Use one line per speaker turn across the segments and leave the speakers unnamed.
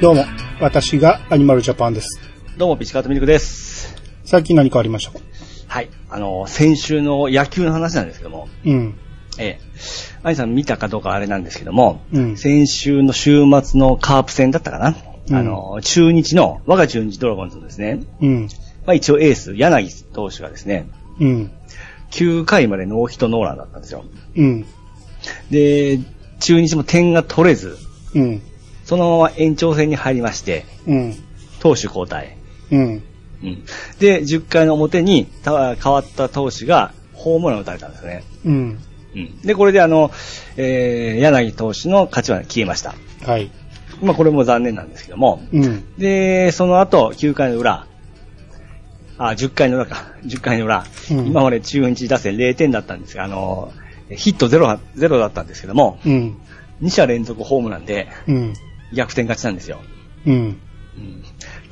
どうも、私がアニマルジャパンです。
どうも、ピチカートミルクです。
最近何かありましたか
はい。あの、先週の野球の話なんですけども、
うん。
ええ。アニさん見たかどうかあれなんですけども、
うん
先週の週末のカープ戦だったかな、
うん
あの、中日の、我が中日ドラゴンズのですね、
うん。
まあ一応エース、柳投手がですね、
うん。
9回までノーヒットノーランだったんですよ。
うん。
で、中日も点が取れず、
うん。
そのまま延長戦に入りまして、
うん。
投手交代。
うん。
うん。で、10回の表に、た変わった投手がホームランを打たれたんですね。
うん。
うん。で、これであの、えー、柳投手の勝ちは消えました。
はい。
まあ、これも残念なんですけども。
うん。
で、その後、9回の裏、あ、10回の裏か、10回の裏、
うん
今まで中日打線0点だったんですが、あの、ヒットゼロはゼロだったんですけども、
うん。
2者連続ホームランで
うん。
逆転勝ちなんですよ。
うん。
うん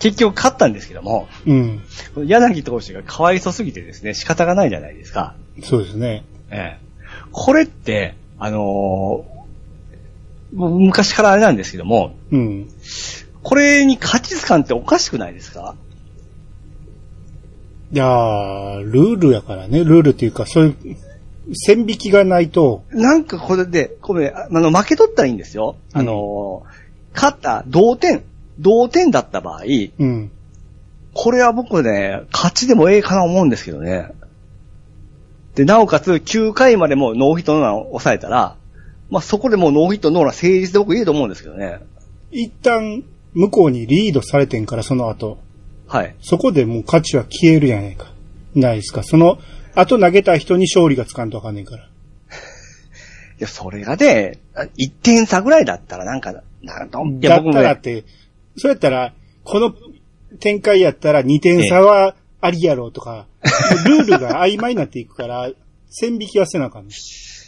結局勝ったんですけども、
うん。
この柳投手がかわいそすぎてですね、仕方がないじゃないですか。
そうですね。
ええ。これって、あのーもう昔からあれなんですけども、
うん。
これに勝ち感っておかしくないですか
いやー、ルールやからね。ルールっていうか、そういう、線引きがないと、
なんかこれで、ごめん、ああの、負け取ったらいいんですよ。あのー勝った、同点、同点だった場合、
うん。
これは僕ね、勝ちでもええかな思うんですけどね。で、なおかつ、9回までもうノーヒットノーランを抑えたら、まあ、そこでもうノーヒットノーラン成立で僕いいと思うんですけどね。
一旦、向こうにリードされてんから、その後。
はい。
そこでもう価値は消えるやないか。ないですか。その、後投げた人に勝利がつかんとあかんねんから。
いや、それがね、1点差ぐらいだったらなんか、なんと、い
だ
や、
った
僕も
らっ
ね、
て、そうやったら、この展開やったら2点差はありやろうとか、ルールが曖昧になっていくから、 線引きはせなあかんね。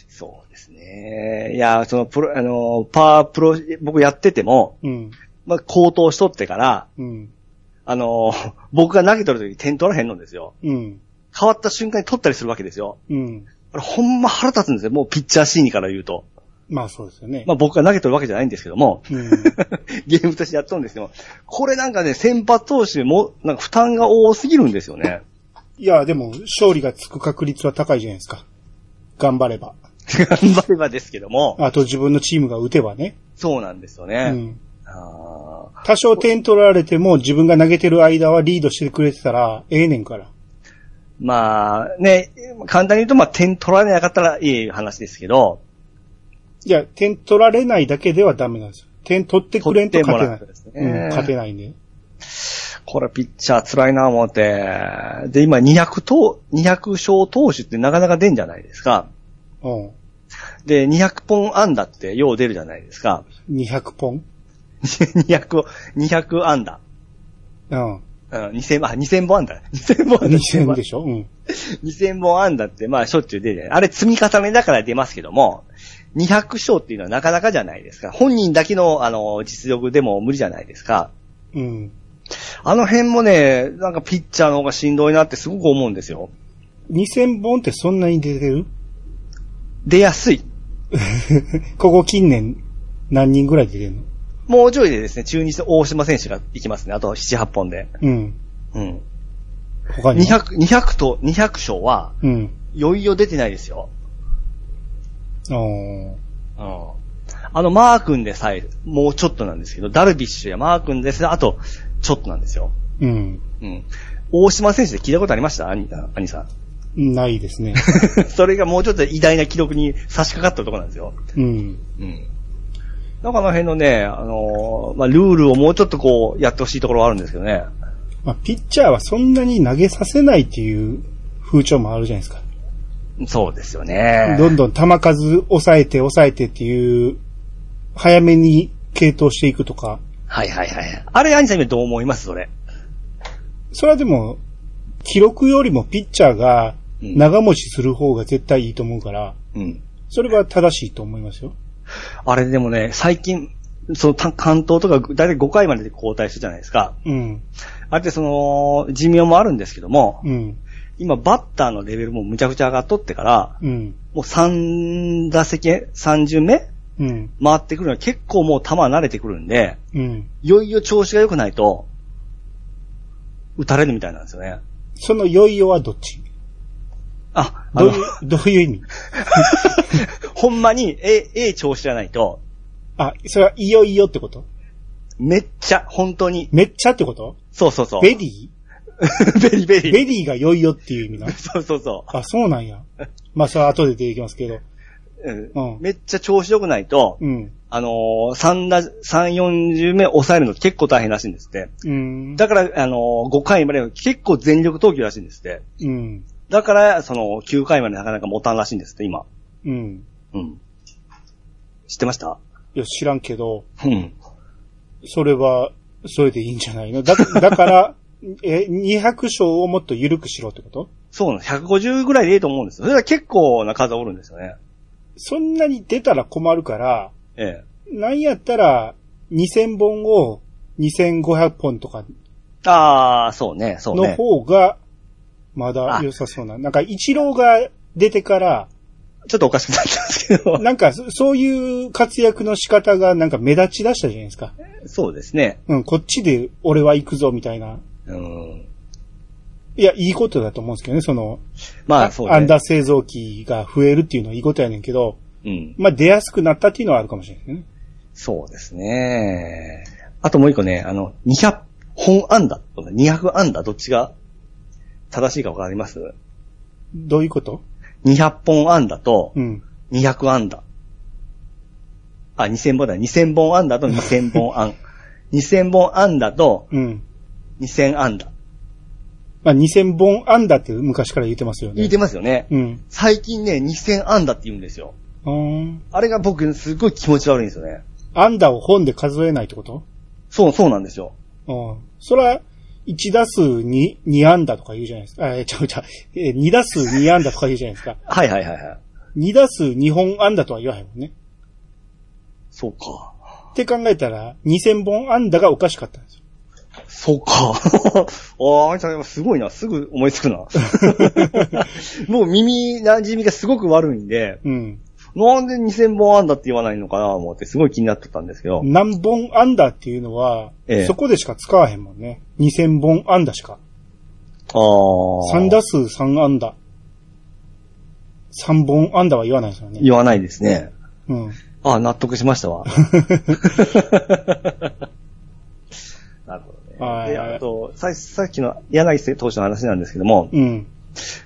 そうですね。いや、その、プロ、あの、パワープロ、僕やってても、
うん。
まあ、高騰しとってから、
うん。
あの、 僕が投げ取るとき点取らへんのですよ。
うん。
変わった瞬間に取ったりするわけですよ。
うん。
これほんま腹立つんですよ。もうピッチャーシーンから言うと。
まあそうですよね。
まあ僕が投げてるわけじゃないんですけども、
うん
ゲームとしてやっとるんですけども、これなんかね、先発投手も、なんか負担が多すぎるんですよ ね。
いや、でも、勝利がつく確率は高いじゃないですか。頑張れば。
頑張ればですけども、
あと自分のチームが打てばね。
そうなんですよ
う
ね。
ん。
あー
多少点取られても自分が投げてる間はリードしてくれてたら、ええねんから。
まあね、簡単に言うと、まあ点取られなかったらいい話ですけど、
いや、点取られないだけではダメなんですよ。点取ってくれんと勝てない。
取ってもらうとで
う
すね
ん、勝てないんで。
これピッチャー辛いな思って、で、今200投、200勝投手ってなかなか出んじゃないですか。
うん。
で、200本安打ってよう出るじゃないですか。
200本
200を、200安打。
うん。
うん、2000、あ、2000本安打。2000本安 打。
2000でしょうん。
2000本安打って、まあ、しょっちゅう出る。あれ、積み重ねだから出ますけども、200勝っていうのはなかなかじゃないですか。本人だけの、あの、実力でも無理じゃないですか。
うん。
あの辺もね、なんかピッチャーの方がしんどいなってすごく思うんですよ。
2000本ってそんなに出てる
出やすい。
ここ近年何人ぐらい出てるの
もうちょいでですね、中日の大島選手が行きますね。あと7、8本で。
うん。
うん。
他には。
200、200と、200勝は、
うん。
いよいよ出てないですよ。
おー
うん。あの、マー君でさえ、もうちょっとなんですけど、ダルビッシュやマー君ですあと、ちょっとなんですよ。
うん。
うん。大島選手で聞いたことありました兄さん。兄さん。
ないですね。
それがもうちょっと偉大な記録に差し掛かったところなんですよ。
うん。
うん。なんかあの辺のね、あのーまあ、ルールをもうちょっとこう、やってほしいところはあるんですけどね。
まあ、ピッチャーはそんなに投げさせないっていう風潮もあるじゃないですか。
そうですよね。
どんどん球数抑えて抑えてっていう、早めに系統していくとか。
はいはいはい。あれ、兄さん今どう思いますそれ。
それはでも、記録よりもピッチャーが
うん
長持ちする方が絶対いいと思うから、
うん。
それは正しいと思いますよ。
あれでもね、最近、そのた関東とか、だいたい5回までで交代したじゃないですか。
うん。
あれってその、寿命もあるんですけども、
うん。
今バッターのレベルもむちゃくちゃ上がっとってから、
うん。
もう3打席、3巡目
うん。
回ってくるのは結構もう球慣れてくるんで、
うん。
いよいよ調子が良くないと、打たれるみたいなんですよね。
そのよいよはどっち
あ、あ
どう
の、
いう、どういう意味
ほんまに、え、ええ調子じゃないと、
あ、それはいよいよってこと
めっちゃ、本当に、
めっちゃってこと
そうそうそう。
ベリ
ベリベ
ー
リ。。
ベリーがよいよっていう意味な
そうそうそ
あ、そうなん や。まあ、それは後で出てきますけど。
う。うん
うん
めっちゃ調子良くないと、
うん。
あのー、3打、三40目抑えるの結構大変らしいんですって。
うん。
だから、あのー、5回まで結構全力投球らしいんですって。
うん。
だから、その、9回までなかなか持たんらしいんですって、今。
うん。
うん。知ってました
いや、知らんけど、
うん。
それは、それでいいんじゃないのだ、 だから、え、200勝をもっと緩くしろってこと
そうなんです。150ぐらいでいいと思うんですよ。それは結構な数おるんですよね。
そんなに出たら困るから、
ええ。
なんやったら、2000本を2500本とか
ああ、そうね、そう
の
ね。
方が、まだ良さそうな。なんか、一郎が出てから、
ちょっとおかしくなったんですけど。
なんか、そそういう活躍の仕方がなんか目立ち出したじゃないですか。
そうですね。
うん、こっちで俺は行くぞみたいな。
うん。
いや、いいことだと思うんですけどね、その、
まあ、そうね。
アンダー製造機が増えるっていうのはいいことやねんけど、
うん。
まあ出やすくなったっていうのはあるかもしれないですね。
そうですね。あともう一個ね、あの、200本安打とか200安打どっちが正しいかわかります
どういうこと
?200 本安打と
うん。
200安打。あ、2000本だ。2000本安打と2000本 安。2000本安打と
うん。
2000安打。
まあ2000本安打って昔から言ってますよね。
言ってますよね。
うん。
最近ね、2000安打って言うんですよ。
うーん。
あれが僕、すごい気持ち悪いんですよね。
安打を本で数えないってこと
そう、そうなんですよ。
うん。そら、1打数に2安打とか言うじゃないですか。あ、えちゃうちゃう。え2打数2安打とか言うじゃないですか。
はいはいはいはい。
2打数2本安打とは言わへんもんね。
そうか。
って考えたら、2000本安打がおかしかったんですよ。
そうか。 ああ、さんすごいな。すぐ思いつくな。 もう耳馴染みがすごく悪いんで、
うん。
なんで2000本あんだって言わないのかなと思って、すごい気になってたんですけど。
何本安打っていうのは、
ええ
そこでしか使わへんもんね。2000本安打しか。
ああ。
3打数3安打。3本安打は言わないですよね。
言わないですね。
うん。
ああ、納得しました わ。なるほどね。
はい
であとさ、さっきの柳瀬投手の話なんですけども、
うん。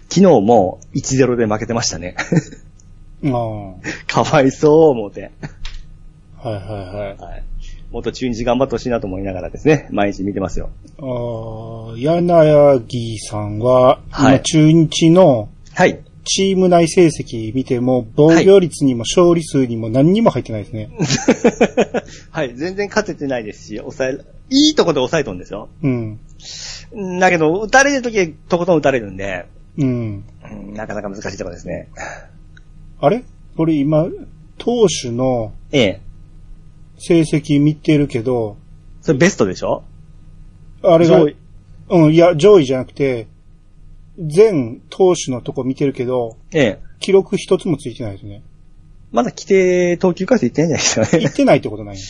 昨日も1-0で負けてましたね。
ああ。はい
かわいそう、思うて。
はいはい。
はい。もっと中日頑張ってほしいなと思いながらですね、毎日見てますよ。
ああ、柳さんは、
はい
今中日の
はい。
チーム内成績見ても、防御率にも勝利数にも何にも入ってないですね。
はい。全然勝ててないですし、抑え、いいとこで抑えとんですよ。
うん。
うんだけど、打たれるときはとことん打たれるんで、
うん。
うんなかなか難しいところですね。
あれこれ今、投手の
ええ。
成績見てるけど、
それベストでしょ
あ
あ
れが、うん、いや、上位じゃなくて、全投手のとこ見てるけど、
ええ。
記録一つもついてないですね。
まだ規定投球回数いってないんじゃないですか
行っ
ね。
てないってことないの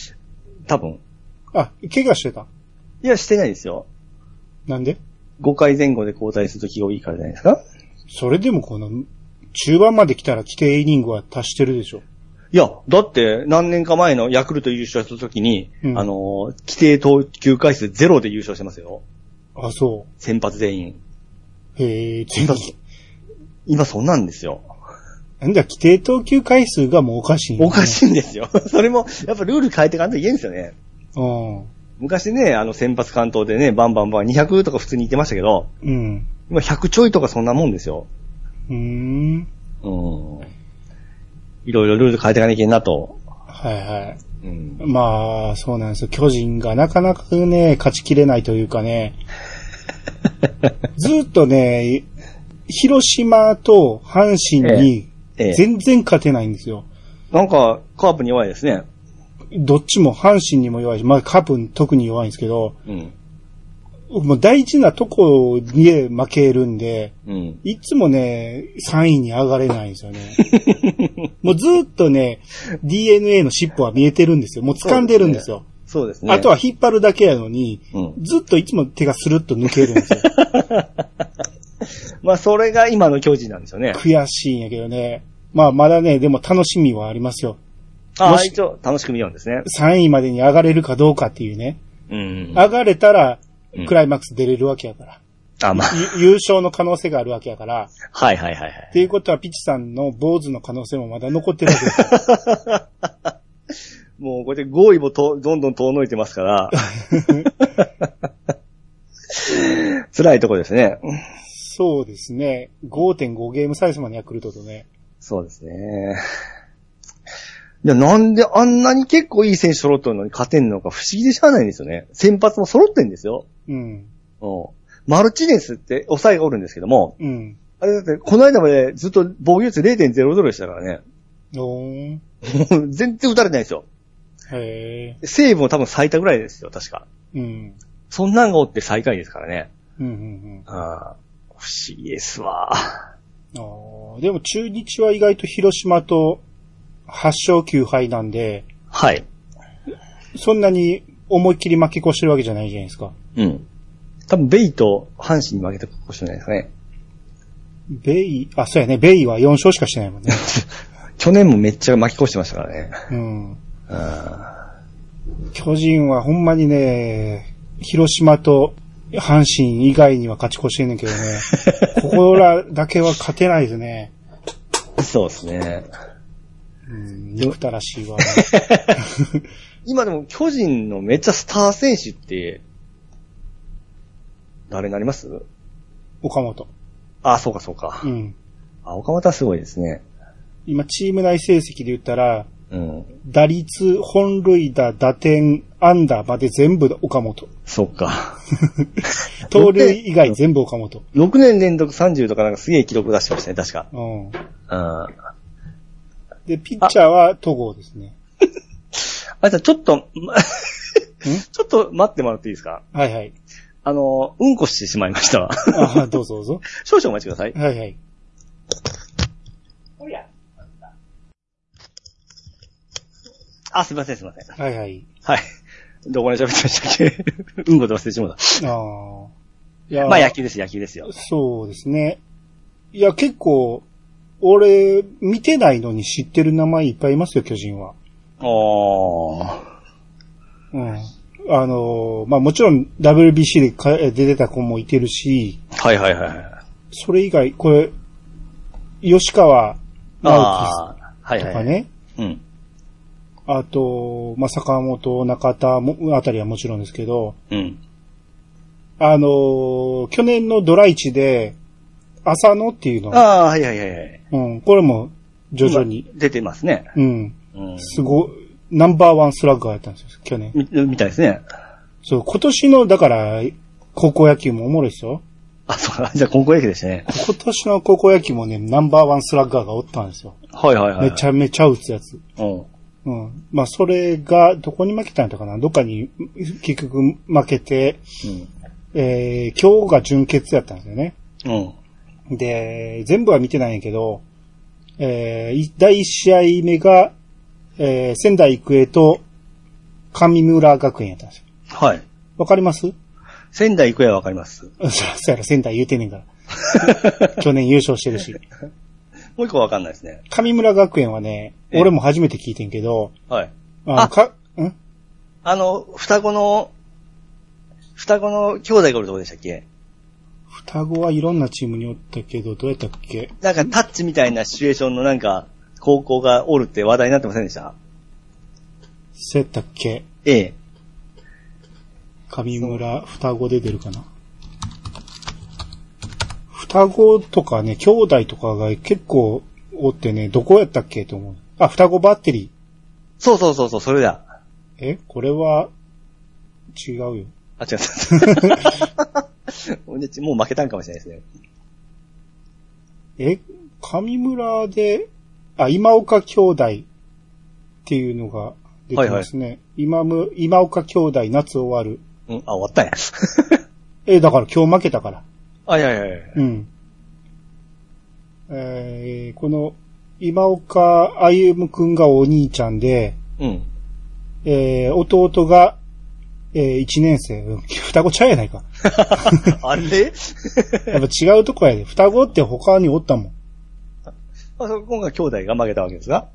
多分。
あ、怪我してた。
いや、してないですよ。
なんで
5回前後で交代するときが多いからじゃないですか
それでもこの、中盤まで来たら規定イニングは足してるでしょ。
いや、だって何年か前のヤクルト優勝したときに、
うん
あのー、規定投球回数ゼロで優勝してますよ。
あ、そ
先発全員。
う。へえ、全然。
今そんなんですよ。
なんだ、規定投球回数がもうおかしい、
おかし
い。
いんですよ。 それも、やっぱルール変えてかんと言えんですよね。
うん。
昔ね、あの先発関東でね、バンバンバン200とか普通にいってましたけど、
うん。
今100ちょいとかそんなもんですよ。
うーん。
うん。いろいろルール変えてかなきゃいけんなと。
はいはい。
うん。
まあ、そうなんですよ。巨人がなかなかね、勝ちきれないというか ね、ずっとね、広島と阪神に
ええ。
全然勝てないんですよ。
なんか、カープに弱いですね。
どっちも阪神にも弱いし、まあカープ特に弱いんですけど、
うん。
もう大事なとこに負けるんで、
うん。
いつもね、3位に上がれないんですよ ね。もうずっとね、DNA の尻尾は見えてるんですよ。もう掴んでるんですよ。
そうですね。
あとは引っ張るだけやのに、
うん
ずっといつも手がスルッと抜けるん ですよ。
まあ、それが今の巨人なんですよね。
悔しいんやけどね。まあまだね、でも楽しみはありますよ。
あ
も
あ、
し
一応、楽しく見ようんですね。
3位までに上がれるかどうかっていうね。
うん。
上がれたら
うん、
クライマックス出れるわけやから。
あ、まあ、
ゆ優勝の可能性があるわけやから。
はいはいはいは
っ
い。
ていうことは、ピチさんの坊主の可能性もまだ残ってるわけですよ
もう、こうやって合意もとどんどん遠のいてます から。辛いとこですね。
そうですね。5.5ゲームサイズまでヤクルトとね。
そうですね。いや、なんであんなに結構いい選手揃ってるのに勝てんのか不思議でしゃあないんですよね。先発も揃ってんですよ。
うん。
うん。マルチネスって抑えがおるんですけども、
うん。
あれだって、この間までずっと防御率0.00でしたからね。
おーん。
もう全然打たれてないですよ。
へ
セーブも多分最多ぐらいですよ、確か。
え。うん。
そんなんがおって最下位ですからね。
うんうん
あー不思議ですわ。
うん。あーでも中日は意外と広島と8勝9敗なんで、
はい。
そんなに思いっきり負け越してるわけじゃないじゃないですか。
うん。多分、ベイと阪神に負けたかもしれないですね。
ベイ、あ、そうやね。ベイは4勝しかしてないもんね。
去年もめっちゃ巻き越してましたからね。
うん。
あ
巨人はほんまにね、広島と阪神以外には勝ち越してんねんけどね。ここらだけは勝てないですね。
ーそうですね。
うん、憎たらしいわ。
今でも巨人のめっちゃスター選手って、誰になります
岡本。
あ、そうかそうか
う。ん。
あ、岡本はすごいですね。
今、チーム内成績で言ったら、
うん。
打率、本塁打、打点、安打まで全部岡本。
そっか。
盗塁以外全部岡本。
6年連続30とかなんかすげえ記録出してましたね、確か。
うん。
うん。あ、
で、ピッチャーは戸郷ですね。
じゃあ ちょっと、まちょっと待ってもらっていいですか
はいはい。
あの、うんこしてしまいました。
あどうぞどうぞ。
少々お待ちください。
はいはい。
あ、すいません、すいません。
はいはい。
はい。どこまで喋ってましたっけうんこと忘れてしまった。
ああ。いや
まあ野球です、野球ですよ。
そうですね。いや、結構、俺、見てないのに知ってる名前いっぱいいますよ、巨人は。
おー。
うん。あのーまあ、もちろん WBC でか出てた子もいてるし、
はいはいはい。
それ以外、これ、吉川直
ああ、は
樹
い
と
は
か。
い。
ね、
うん。
あと、まあ、坂本、中田も、あたりはもちろんですけど、
うん。
あのー去年のドライチで、浅野っていうの
あ、あ、はいはいはいはい。
うん、これも徐々に、
今。出てますね。
うん、
うん。
すごい、ナンバーワンスラッガーやったんですよ、去年。
み、みたいですね。
そう、今年の、だから、高校野球もおもろいですよ。
あ、そうか。じゃあ、高校野球でしたね。
今年の高校野球もね、ナンバーワンスラッガーがおったんですよ。
はいはいはい。
めちゃめちゃ打つやつ。
うん。
うん。まあ、それが、どこに負けたんだったかなどっかに、結局負けて、えー、今日が準決やったんですよね。
うん。うん。
で、全部は見てないんやけど、えーい、第1試合目が、えー、仙台育英と上村学園やったんですよ。
はい。
わかります
仙台育英はわかります。
そらそうやろ、仙台言うてんねん から。去年優勝してるし。
もう一個わかんないですね。
上村学園はね、
ええ
俺も初めて聞いてんけど、
はい。
あ
あ
か、ん
あの、双子の、双子の兄弟がおるとこでしたっけ
双子はいろんなチームにおったけど、どうやったっけ
なんかタッチみたいなシチュエーションのなんか、高校がおるって話題になってませんでした
そうやったっけ
ええ。
上村、双子で出るかな。双子とかね、兄弟とかが結構おってね、どこやったっけと思う。あ、双子バッテリ
そうそうそうそう、それだ。
ー。えこれは、違うよ。
あ、 違った。ほんでもう負けたんかもしれないですね。
え上村で、あ、今岡兄弟っていうのが出てますね。今む、今岡兄弟夏終わる。
うん、あ、終わったんや。
え、だから今日負けたから。
あ、いやいやいや
うん。えーこの、今岡歩夢くんがお兄ちゃんで、
うん。
えー弟が、え1年生。うん 双子ちゃうやないか。
あれ
やっぱ違うとこやで。双子って他におったもん。
あそ今回兄弟が負けたわけですが。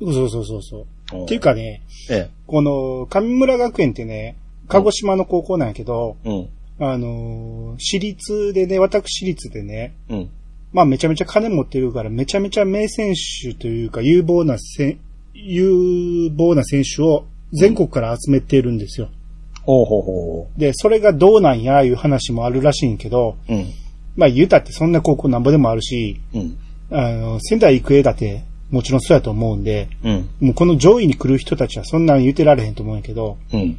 そうそうそうそう。
っ
っていう、かね、
え
この、上村学園ってね、鹿児島の高校なんやけど、
え。うん。
あのー私立でね、私立でね、
うん。
まあめちゃめちゃ金持ってるから、めちゃめちゃ名選手というか、有望な選、有望な選手を全国から集めてるんですよ。
ほうほうほ
で、それがどうなんや、いう話もあるらしいんやけど、
う。うん。
まあユタってそんな高校なんぼでもあるし、
うん。
あの、仙台育英だって、もちろんそうやと思うんで、
うん。
もうこの上位に来る人たちはそんなん言うてられへんと思うんやけど、
うん。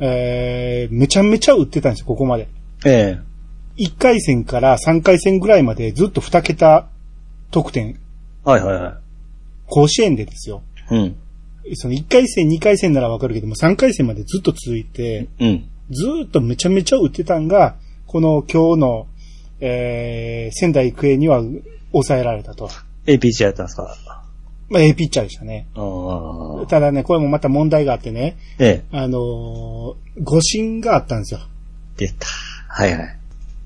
えー、めちゃめちゃ打ってたんですよ、ここまで。
ええ。
1回戦から3回戦ぐらいまでずっと2桁得点、
はいはいは
甲子園でですよ。
い。うん。
その1回戦、2回戦ならわかるけども、3回戦までずっと続いて、
うん。
ずーっとめちゃめちゃ打ってたんが、この今日の、えー、仙台育英には抑えられたと。
ええ、ピッチャーやったんですか。
まあ、ええピッチャーでしたね。
ああ。
ただね、これもまた問題があってね、
ええ。
あのー誤審があったんですよ。
出た。はいはい。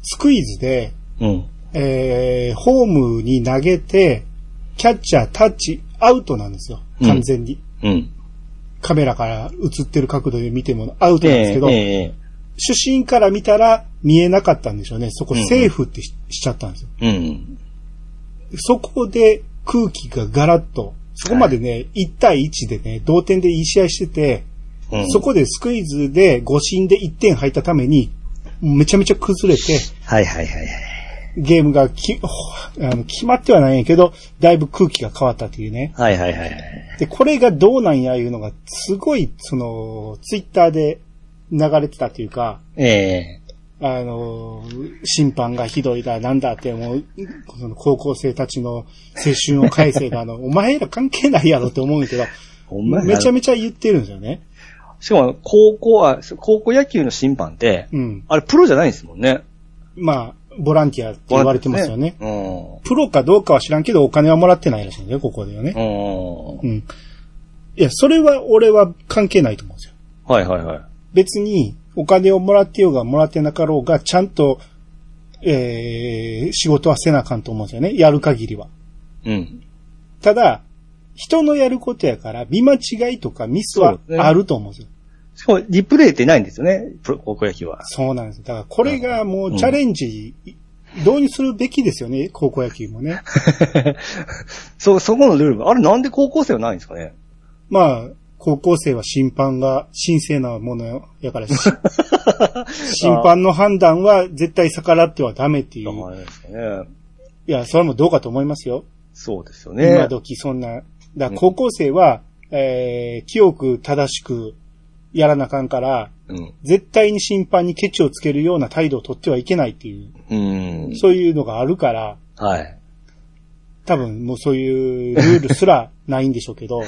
スクイズで、
うん。
えー、ホームに投げて、キャッチャータッチ、アウトなんですよ。完全に。
うん。
カメラから映ってる角度で見てもアウト
え
なんですけ
え
ど、
ええ。
主審から見たら見えなかったんでしょうね。そこ
うんうん
セーフってししちゃったんですよ。
うん。
そこで空気がガラッと、そこまでね、1対1でね、同点でいい試合してて、
うん。
そこでスクイズで誤審で1点入ったために、めちゃめちゃ崩れて、
はいはいはいはい。
ゲームがき、ほあの決まってはないんやけど、だいぶ空気が変わったっていうね。
はいはいはいはい。
で、これがどうなんやいうのが、すごい、その、ツイッターで流れてたというか、
ええ。
あの、審判がひどいだ、なんだって、もう、その高校生たちの青春を返せだ、あの、 お前ら関係ないやろって思うんやけど、
ほんまやな
めちゃめちゃ言ってるんですよね。
しかも、高校は、高校野球の審判って、
うん。
あれプロじゃないんですもんね。
まあ、ボランティアって言われてますよね。
う
プロかどうかは知らんけど、お金はもらってないらしいんだよ、ここではね。
ん。うん。
うん。いや、それは俺は関係ないと思うんですよ。
はいはいはい。
別にお金をもらってようがもらってなかろうが、ちゃんと、えー仕事はせなあかんと思うんですよね。やる限りは。
うん。
ただ、人のやることやから、見間違いとかミスは
そうね
あると思うんですよ。
しかも、リプレイってないんですよね、プロ高校野球は。
そうなんですよ。だから、これがも
うん
うチャレンジ、導入するべきですよね、高校野球もね。
そう、そこのルール、あれなんで高校生はないんですかね
まあ、高校生は審判が神聖なものやから、 し審判の判断は絶対逆らってはダメってい
あー
う。
あれですかね。
いや、それもどうかと思いますよ。
そうですよ
今
ね。
時そんな。だから高校生は、えー、清く正しくやらなあかんから、
うん。
絶対に審判にケチをつけるような態度を取ってはいけないっていう、
うん。
そういうのがあるから、
はい。
多分もうそういうルールすらないんでしょうけ ど、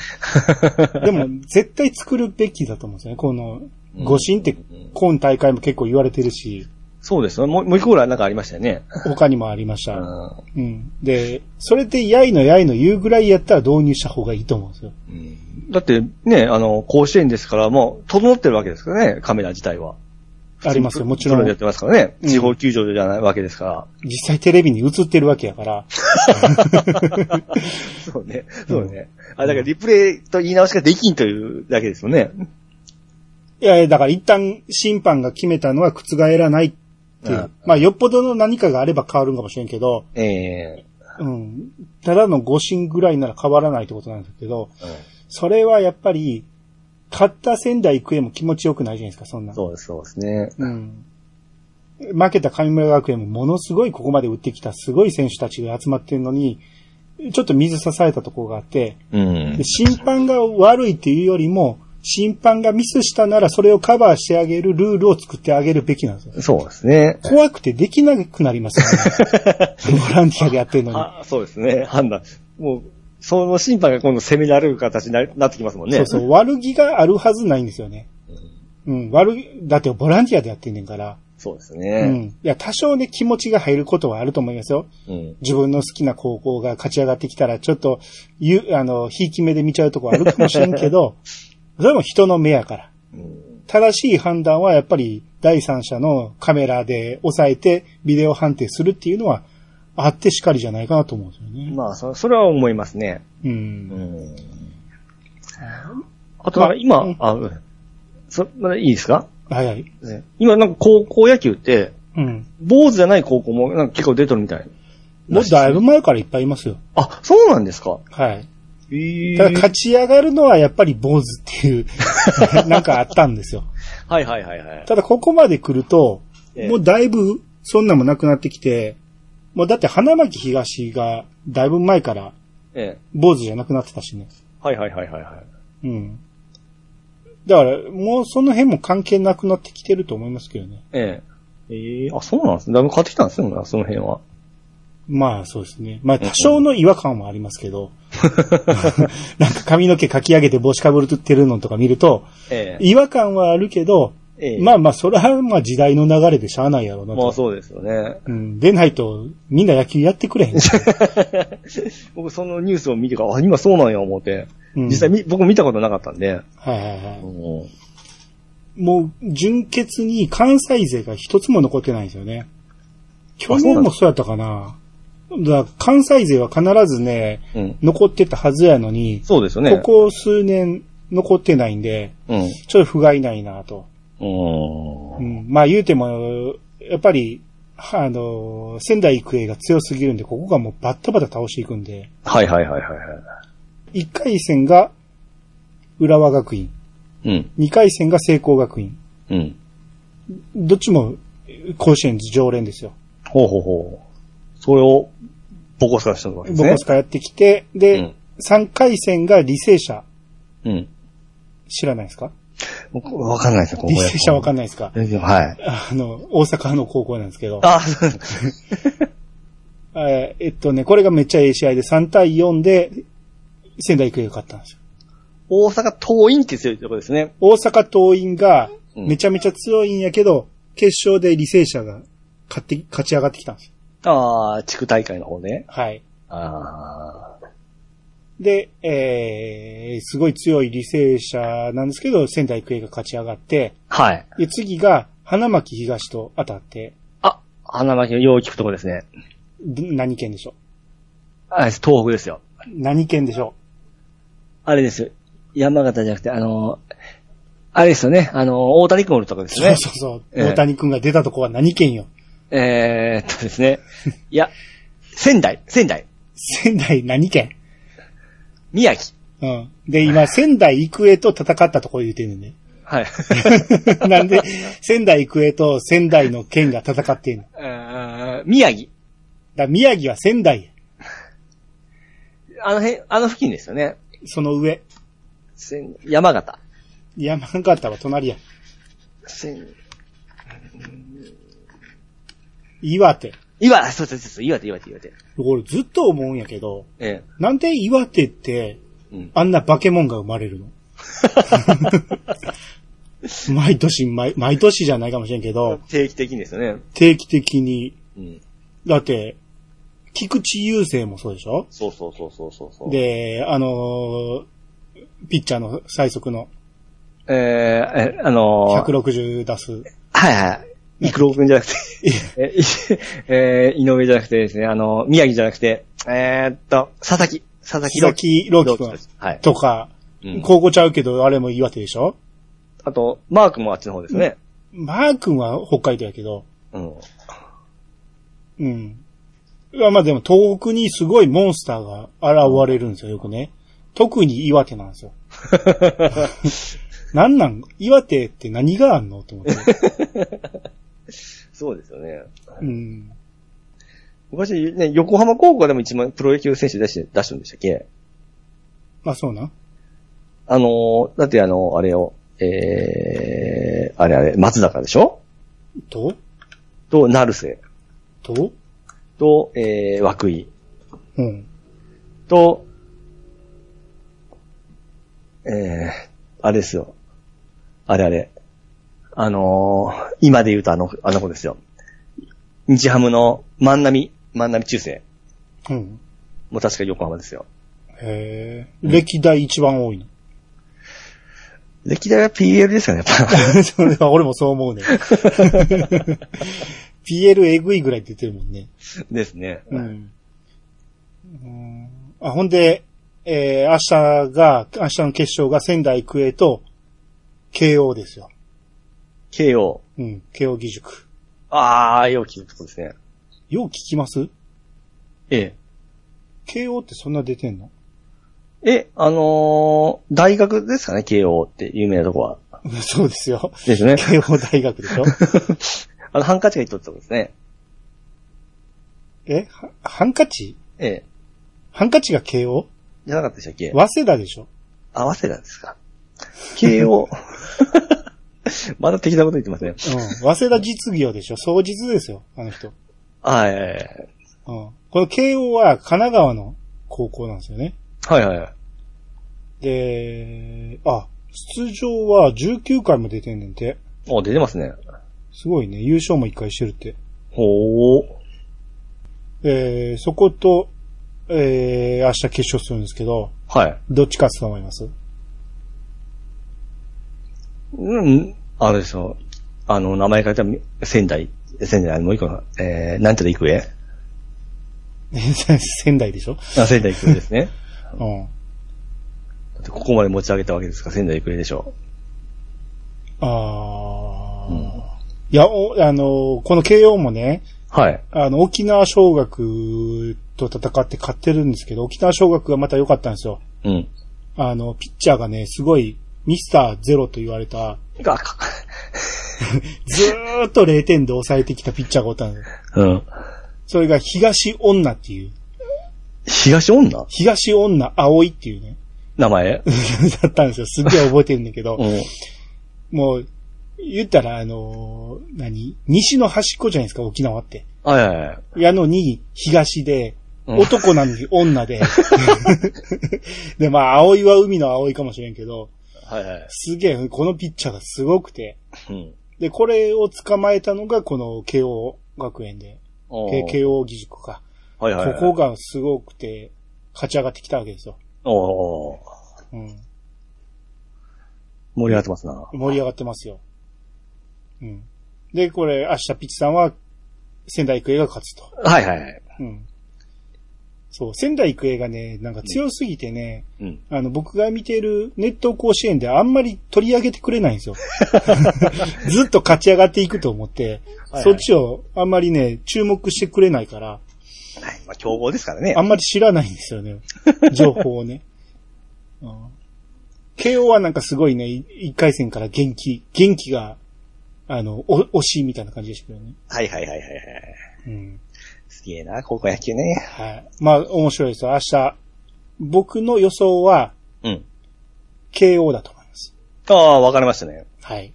でも絶対作るべきだと思うんですよね。この、誤審って今大会も結構言われてるし、
そうですね。もう、もう一個ぐらいなんかありましたよね。
他にもありまし
う
た。
ん。
うん。で、それでやいのやいの言うぐらいやったら導入した方がいいと思うんですよ。
うんだって、ね、あの、甲子園ですから、もう、整ってるわけですからね、カメラ自体は。
ありますよ。もちろ
プロ
ん
でやっ。てますからね。
うん
地方球場じゃないわけですから。
実際テレビに映ってるわけやから、
そうね。そうね。あ、だからリプレイと言い直しができんというだけですよね。
いやいや、だから一旦審判が決めたのは覆らないっていう
うん
まあ、よっぽどの何かがあれば変わるんかもしれんけど、
ええ
うん。ただの誤審ぐらいなら変わらないってことなんですけど、
う。。
それはやっぱり、勝った仙台育英も気持ちよくないじゃないですか、そんなん
そうです、そうですね。
うん。負けた神村学園もものすごいここまで打ってきたすごい選手たちが集まってるのに、ちょっと水差されたところがあって、
うん
で。審判が悪いっていうよりも、審判がミスしたならそれをカバーしてあげるルールを作ってあげるべきなんですよ。
そうですね。
怖くてできなくなりますよね。ボランティアでやってるのに。
あそうですね。 判断。もう、その審判が今度攻められる形にななってきますもんね。
そうそう、悪気があるはずないんですよね。うん、悪気、だってボランティアでやってんねんから、
そうです
う
ね。
ん。いや、多少ね、気持ちが入ることはあると思いますよ。
うん。
自分の好きな高校が勝ち上がってきたら、ちょっと、ゆ、あの、ひいき目で見ちゃうとこあるかもしれんけど、それも人の目やから。
うん。
正しい判断はやっぱり第三者のカメラで抑えてビデオ判定するっていうのはあってしかりじゃないかなと思うんですよね。
まあ、そそれは思いますね。
う。
うんん。あとは、今、
ま
あ、うんそ、まだいいですか
はいはい。
ね今、なんか高校野球って、
うん。
坊主じゃない高校もなんか結構出てるみたい。
もうだいぶ前からいっぱいいますよ。
あ、そうなんですか
はい。
ええ
ただ勝ち上がるのはやっぱり坊主っていう なんかあったんですよ。
はいはいはいはい。
ただここまで来ると、
ええ
もうだいぶそんなんもなくなってきて、もうだって花巻東がだいぶ前から
ええ。
坊主じゃなくなってたしね。
はいはいはいはいはい。
うん。だから、もうその辺も関係なくなってきてると思いますけどね。
ええ。ええあ、そうなんですね。だいぶ変わってきたんですよ、ね、その辺は。
まあそうですね。まあ多少の違和感はありますけど、 なんか髪の毛かき上げて帽子かぶってるのとか見ると、
え
違和感はあるけど、
ええ
まあまあそれはまあ時代の流れでしゃあないやろうなと。
まあそうですよ ね。
うん、でないとみんな野球やってくれへん。
僕そのニュースを見てから、あ、今そうなんや思って。
うん
実際み、僕見たことなかったんで。
はいはいは
うん
い。もう純潔に関西勢が一つも残ってないんですよね。去年もそうやったかな。だから関西勢は必ずね、
うん。
残ってたはずやのに、
そうですよね。
ここ数年残ってないんで、
うん。
ちょっと不甲斐ないなと。
う。
うんん、まあ言うても、やっぱり、はあの、仙台育英が強すぎるんで、ここがもうバッタバタ倒していくんで、
はいはいはいはいは
1回戦が浦和学院、
い。うん。
2回戦が聖光学院。
うん。
どっちも甲子園常連ですよ。
ほうほうほう。それを、ボコスカしたわけです
ボ
ね。
コスカやってきて、で、
うん
3回戦が履正社、
うん。
知らないですか
僕わかんないですよ、ここ
履正社わかんな
な
いですか
い。はい。
あの、大阪の高校なんですけど。
あ、そうです。
えーえっとね、これがめっちゃええ試合で3対4で仙台育英が勝ったんですよ。
大阪桐蔭って強いところですね。
大阪桐蔭が
うん
めちゃめちゃ強いんやけど、決勝で履正社が勝って、勝ち上がってきたんですよ。
ああ、地区大会の方ね。
はい。
ああ。
で、えー、すごい強い履正社なんですけど、仙台育英が勝ち上がって、
はい。
で、次が花巻東と当たって、
あ、花巻のよう聞くとこですね。
ど何県でしょう
あ東北ですよ。
何県でしょ
あれですよ。山形じゃなくて、あのー、あれですよね。あのー、大谷君おるとこで
う、
す
そ
ね。
うそうそう。
ええ
大谷くんが出たとこは何県よ。
えーっとですね。いや、仙台、仙台、
仙台何県
宮城。
うん。で、今、仙台育英と戦ったとこ言うてんねんね。
はい。
なんで、仙台育英と仙台の県が戦ってんの。だか
えー宮城。
ら宮城は仙台や
あの辺、あの付近ですよね。
その上。
仙山形。
山形は隣や。
仙
岩手。
岩手、そうそうそうそう、岩手、岩手、岩手。
俺ずっと思うんやけど、
え
なんで岩手って
え。うん。
あんな化け物が生まれるの毎年、毎、毎年じゃないかもしれんけど、
定期的にですよね。
定期的に、
うん。
だって、菊池雄星もそうでしょ
そうそうそうそうそうそう。、
で、あのーピッチャーの最速の
えー、え、あのー、
160出す。
はいはい。イクロウ君じゃなくて、え、い えー、井上じゃなくてですね、あのー、宮城じゃなくて、えーっと、佐々木、佐々木朗希。
木朗希君
朗希はい。
とか、
うん
高校ちゃうけど、あれも岩手でしょ
あと、マークもあっちの方ですね。
マー君は北海道やけど、
うん。
うん。いやまあでも東北にすごいモンスターが現れるんですよ、よくね。特に岩手なん ですよ。なんなん岩手って何があんのと思って。
そうですよね。
うん。
昔、ね、横浜高校でも一番プロ野球選手出して、出してるんでしたっけ
まあそうなん。
あのー、だってあのー、あれを、えー、あれあれ、松坂でしょ
と
と、成瀬。
と
と、えー、涌井。
うん。
と、えー、あれですよ。あれあれ。あのー今で言うとあの、あの子ですよ。日ハムの万波、万波中世。
うん。
もう確か横浜ですよ。
へえ。歴代一番多いの。
歴代は PL ですよね、や っぱ。
それは俺もそう思うね。PL えぐいぐらいって言ってるもんね。
ですね。
うん。うんあ、ほんで、えー、明日が、明日の決勝が仙台育英と、慶応ですよ。
KO。
うん、慶応義塾。
あー、よう聞くとこですね。
よう聞きます
え
慶応ってそんな出てんの
え。え、あのー大学ですかね、KO って有名なとこは。
うんそうですよ。
ですね。
慶応大学で しょ
あの、ハンカチが言っとったとこですね。
えはハンカチ
ええ。
ハンカチが慶応
じゃなかったでしたっけ
早稲田でしょ
合わせたんですか。KO。まだ適当なこと言ってますね。
うん。早稲田実業でしょ総実ですよ、あの人。うん。
はいはいはい。
この慶応は神奈川の高校なんですよね。
はいはいはい。
で、あ、出場は19回も出てんねんて。
お、出てますね。
すごいね。優勝も1回してるって。
ほー。
えー、そこと、えー、明日決勝するんですけど、
はい。
どっち勝つと思います
うん、あれでしょ。あの、名前変えたみ仙台、仙台、あのもう一個の、えー、なんちゃら育英
えー仙台でしょ
あ、仙台育英ですね。
うん。
だってここまで持ち上げたわけですから、仙台育英でしょ。
あー。
うん
いや、お、あの、この慶応もね、
はい。
あの、沖縄尚学と戦って勝ってるんですけど、沖縄尚学がまた良かったんですよ。
うん。
あの、ピッチャーがね、すごい、ミスターゼロと言われた、
が、か、
ずーっと0点で抑えてきたピッチャーがおったんです。
うん。
それが東女っていう、
東女
東女葵っていうね、
名前
だったんですよ。すっげえ覚えてるんだけど、
うん。
もう、言ったら、あのー何西の端っこじゃないですか、沖縄って。
はいはいはい。
やのに、東で、
うん
男なのに女 で。で、まあ、葵は海の葵かもしれんけど、
はいはい。
すげえ、このピッチャーがすごくて。
うん。
で、これを捕まえたのが、この慶応学園で、
おー
け慶応義塾か。
はいはいは
こ
い。
こがすごくて、勝ち上がってきたわけですよ。
おー
うん。
盛り上がってますな。
盛り上がってますよ。うん。で、これ、明日ピッチさんは、仙台育英が勝つと。
はいはいはい。
うん。そう、仙台育英がね、なんか強すぎてね、
うん。
あの、僕が見てるネット甲子園であんまり取り上げてくれないんです よ。ずっと勝ち上がっていくと思って、
はいはい
そっちをあんまりね、注目してくれないから、
はい。まあ、競合ですから ね
あ。んまり知らないんですよね。情報をね。うん慶応はなんかすごいね、い一回戦から元気、元気が、あの、お惜しいみたいな感じでしたけどね。
はいはいはいはいはい。
うん。
すげえな、高校野球ね。
はい。まあ、面白いですよ。明日、僕の予想は、
うん。
慶応だと思います。
ああ、わかりましたね。
はい。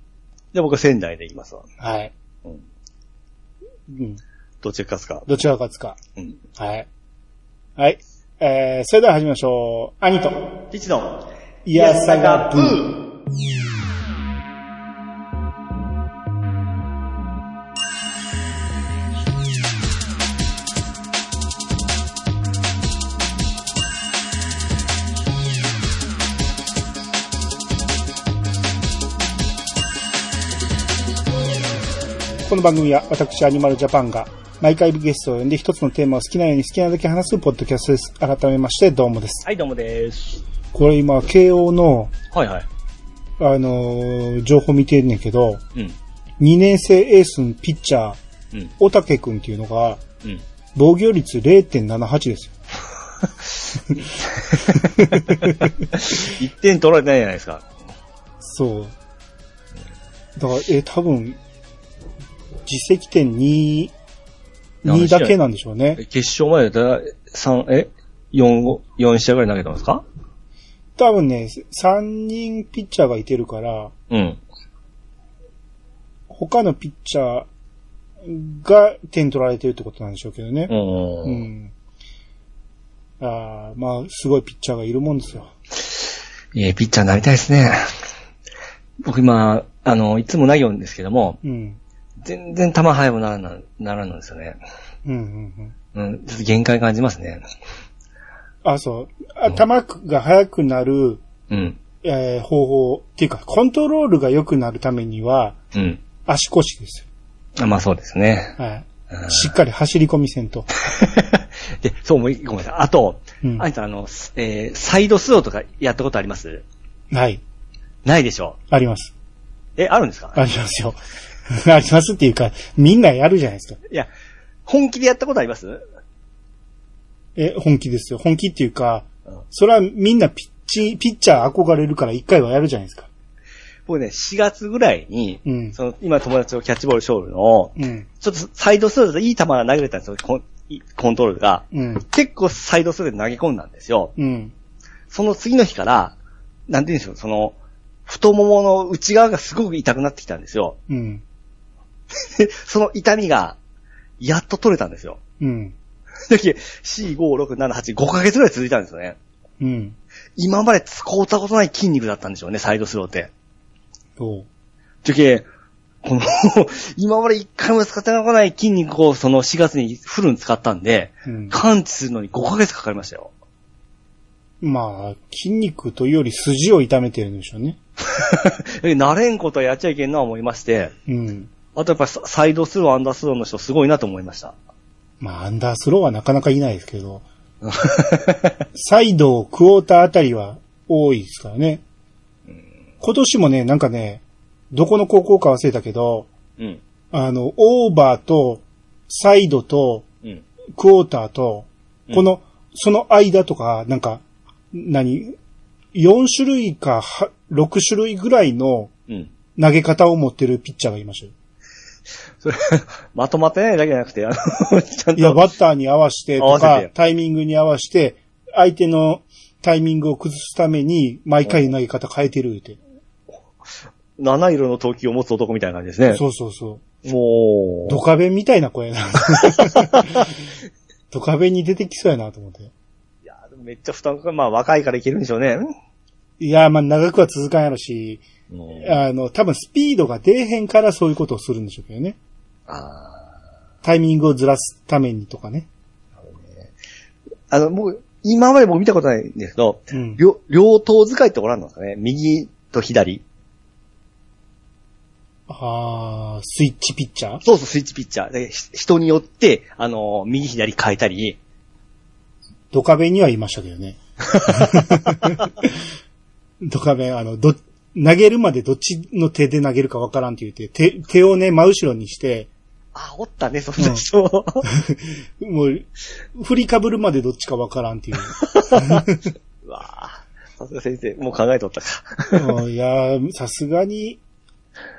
じゃあ僕は仙台で行きますわ。
はい。
う
うんん。
どっちが勝つか。
どちらが勝つか。
うん。
はい。はい。えー、それでは始めましょう。兄と、
一度。
いやさがブー。この番組は私、アニマルジャパンが毎回ゲストを呼んで一つのテーマを好きなように好きなだけ話すポッドキャストです。改めまして、どうもです。
はい、どうもです。
これ今、慶応の、
はいは
あ
い。
のー情報見てんねんけど、
うん。
2年生エースのピッチャー、
うん。
おたけくんっていうのが、
うん。
防御率0.78ですよ。
一点取られてないじゃないですか。
そう。だから、えー多分、実績点2、2だけなんでしょうね。
決勝までだったら、三え四五四試合ぐらい投げてますか
多分ね、3人ピッチャーがいてるから、
うん。
他のピッチャーが点取られてるってことなんでしょうけどね
う。ん。
うん。ああ、まあ、すごいピッチャーがいるもんですよ。
いえ、ピッチャーになりたいですね。僕今、あの、いつも投げるんですけども、
うん。
全然球速くならな、ならんのですよね。
うん、うん、うん。
うん、ちょっと限界感じますね。
あ、そう。頭が速くなる、
うん、
えー方法、っていうか、コントロールが良くなるためには、
うん。
足腰です
あまあそうですね。
よ。はい。しっかり走り込みせんと。
で、そう、もう一個ごめんなさい。あと、
うん
あんたあの、すえーサイドスローとかやったことあります
はい。
ないでしょ
あります。
え、あるんですか
ありますよ。 ありますっていうか、みんなやるじゃないですか。
いや、本気でやったことあります
え、本気ですよ。本気っていうか
うん、
それはみんなピッチ、ピッチャー憧れるから一回はやるじゃないですか。
僕ね、4月ぐらいに、
うん
その今友達とキャッチボールショールの、
うん。
ちょっとサイドスローでいい球が投げれたんですよ、コンいコントロールが。
うん。
結構サイドスローで投げ込んだんですよ。
うん。
その次の日から、なんて言うんでしょう、その、太ももの内側がすごく痛くなってきたんですよ。
うん。
でその痛みが、やっと取れたんですよ。
うん。
だけ4、5、6、7、8、5ヶ月ぐらい続いたんですよね。
うん。
今まで使うたことない筋肉だったんでしょうね、サイドスローって。
そう。
じゃけ、この、今まで一回も使ってなかない筋肉をその4月にフルに使ったんで、
うん。
完治するのに5ヶ月かかりましたよ。
まあ、筋肉というより筋を痛めてるんでしょうね。
え慣れんことはやっちゃいけんな思いまして、
うん。
あとやっぱササイドスロー、アンダースローの人すごいなと思いま した。
まあ、アンダースローはなかなかいないですけど、サイド、クォーターあたりは多いですからね。今年もね、なんかね、どこの高校か忘れたけど、
うん。
あの、オーバーと、サイドと、
うん。
クォーターと、
うん
この、その間とか、なんか、何 ?4 種類かは6種類ぐらいの
うん。
投げ方を持ってるピッチャーがいましたよ。
それ、まとまってないだけじゃなくて、あの、ちゃん
いや、
と、
バッターに合わせて
合
と
わせ
か
て、
タイミングに合わせて、相手のタイミングを崩すために、毎回投げ方変えてるって。
七色の投球を持つ男みたいな感じですね。。
そうそうそう
も
う。
う
ド、カベンみたいな声 なんかドカベンに出てきそうやなと思って。
いや、でもめっちゃ負担かかるまあ若いからいけるんでしょうね。
いや、まあ長くは続かんやろし、
うん
あの、多分スピードが出えへんからそういうことをするんでしょうけどね。
あ
タイミングをずらすためにとかね。
ーあの、もう、今まで僕見たことないんですけど、
うん。
両、両頭使いってご覧なんですかね右と左。
ああ、スイッチピッチャー
そうそう、スイッチピッチャー。でひ人によって、あの、右左変えたり、
ドカベンにはいましたけど ね。ドカベン、あの、ど、投げるまでどっちの手で投げるかわからんって言って、手、手をね、真後ろにして、
あ、おったね、そんな人。
もう、振りかぶるまでどっちかわからんっていう。
うわあさすが先生、もう考えとったか。
うんいやーさすがに、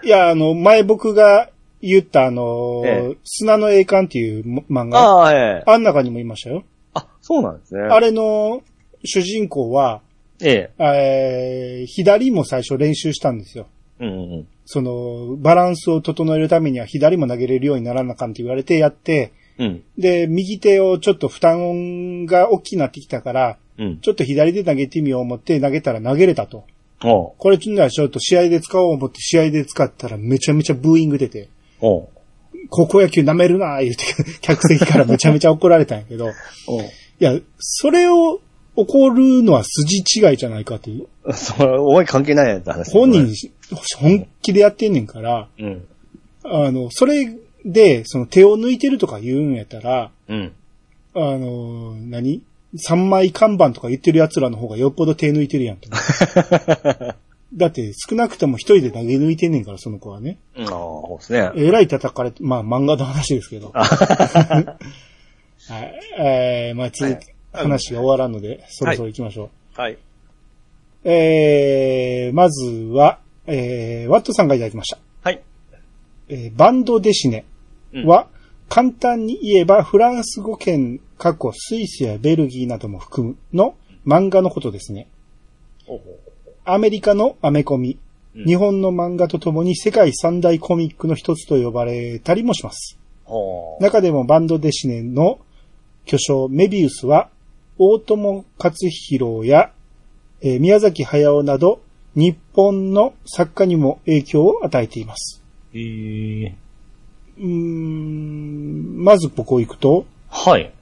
いや、あの、前僕が言ったあのー
え
砂の栄冠っていうも漫 画、あ
ああ、 ええ。
ん中にもいましたよ。
あ、そうなんですね。
あれの主人公は、
え
えー左も最初練習したんですよ。
え。うんうん。
その、バランスを整えるためには左も投げれるようにならなあかんって言われてやって、
うん。
で、右手をちょっと負担が大きくなってきたから、
うん。
ちょっと左で投げてみよう思って投げたら投げれたと。
おう
これちょっと試合で使おう思って試合で使ったらめちゃめちゃブーイング出て、
おう
高校野球舐めるなー言って 客席からめちゃめちゃ怒られたんやけど、い
おう
や、それを怒るのは筋違いじゃないかっていう。
それ、お前関係ないやつだ話。
本人し、本気でやってんねんから、
うん。
あの、それで、その手を抜いてるとか言うんやったら、
うん。
あの、何三枚看板とか言ってる奴らの方がよっぽど手抜いてるやん と思う。だって少なくとも一人で投げ抜いてんねんから、その子はね。
うんああ、そうですね。
えらい叩かれて、まあ漫画の話ですけど。はい。えー、まあ続き、話が終わらんので、そろそろ行きましょう。
はい。
えー、まずは、えー、ワットさんがいただきました。
はい。
えーバンドデシネ
うん
は、簡単に言えばフランス語圏、過去スイスやベルギーなども含むの漫画のことですね。
おう
アメリカのアメコミ、
うん
日本の漫画とともに世界三大コミックの一つと呼ばれたりもします。
おう
中でもバンドデシネの巨匠メビウスは、大友克弘や、えー宮崎駿など、日本の作家にも影響を与えています。
えー、
うーん、まずここ行くと、
はい。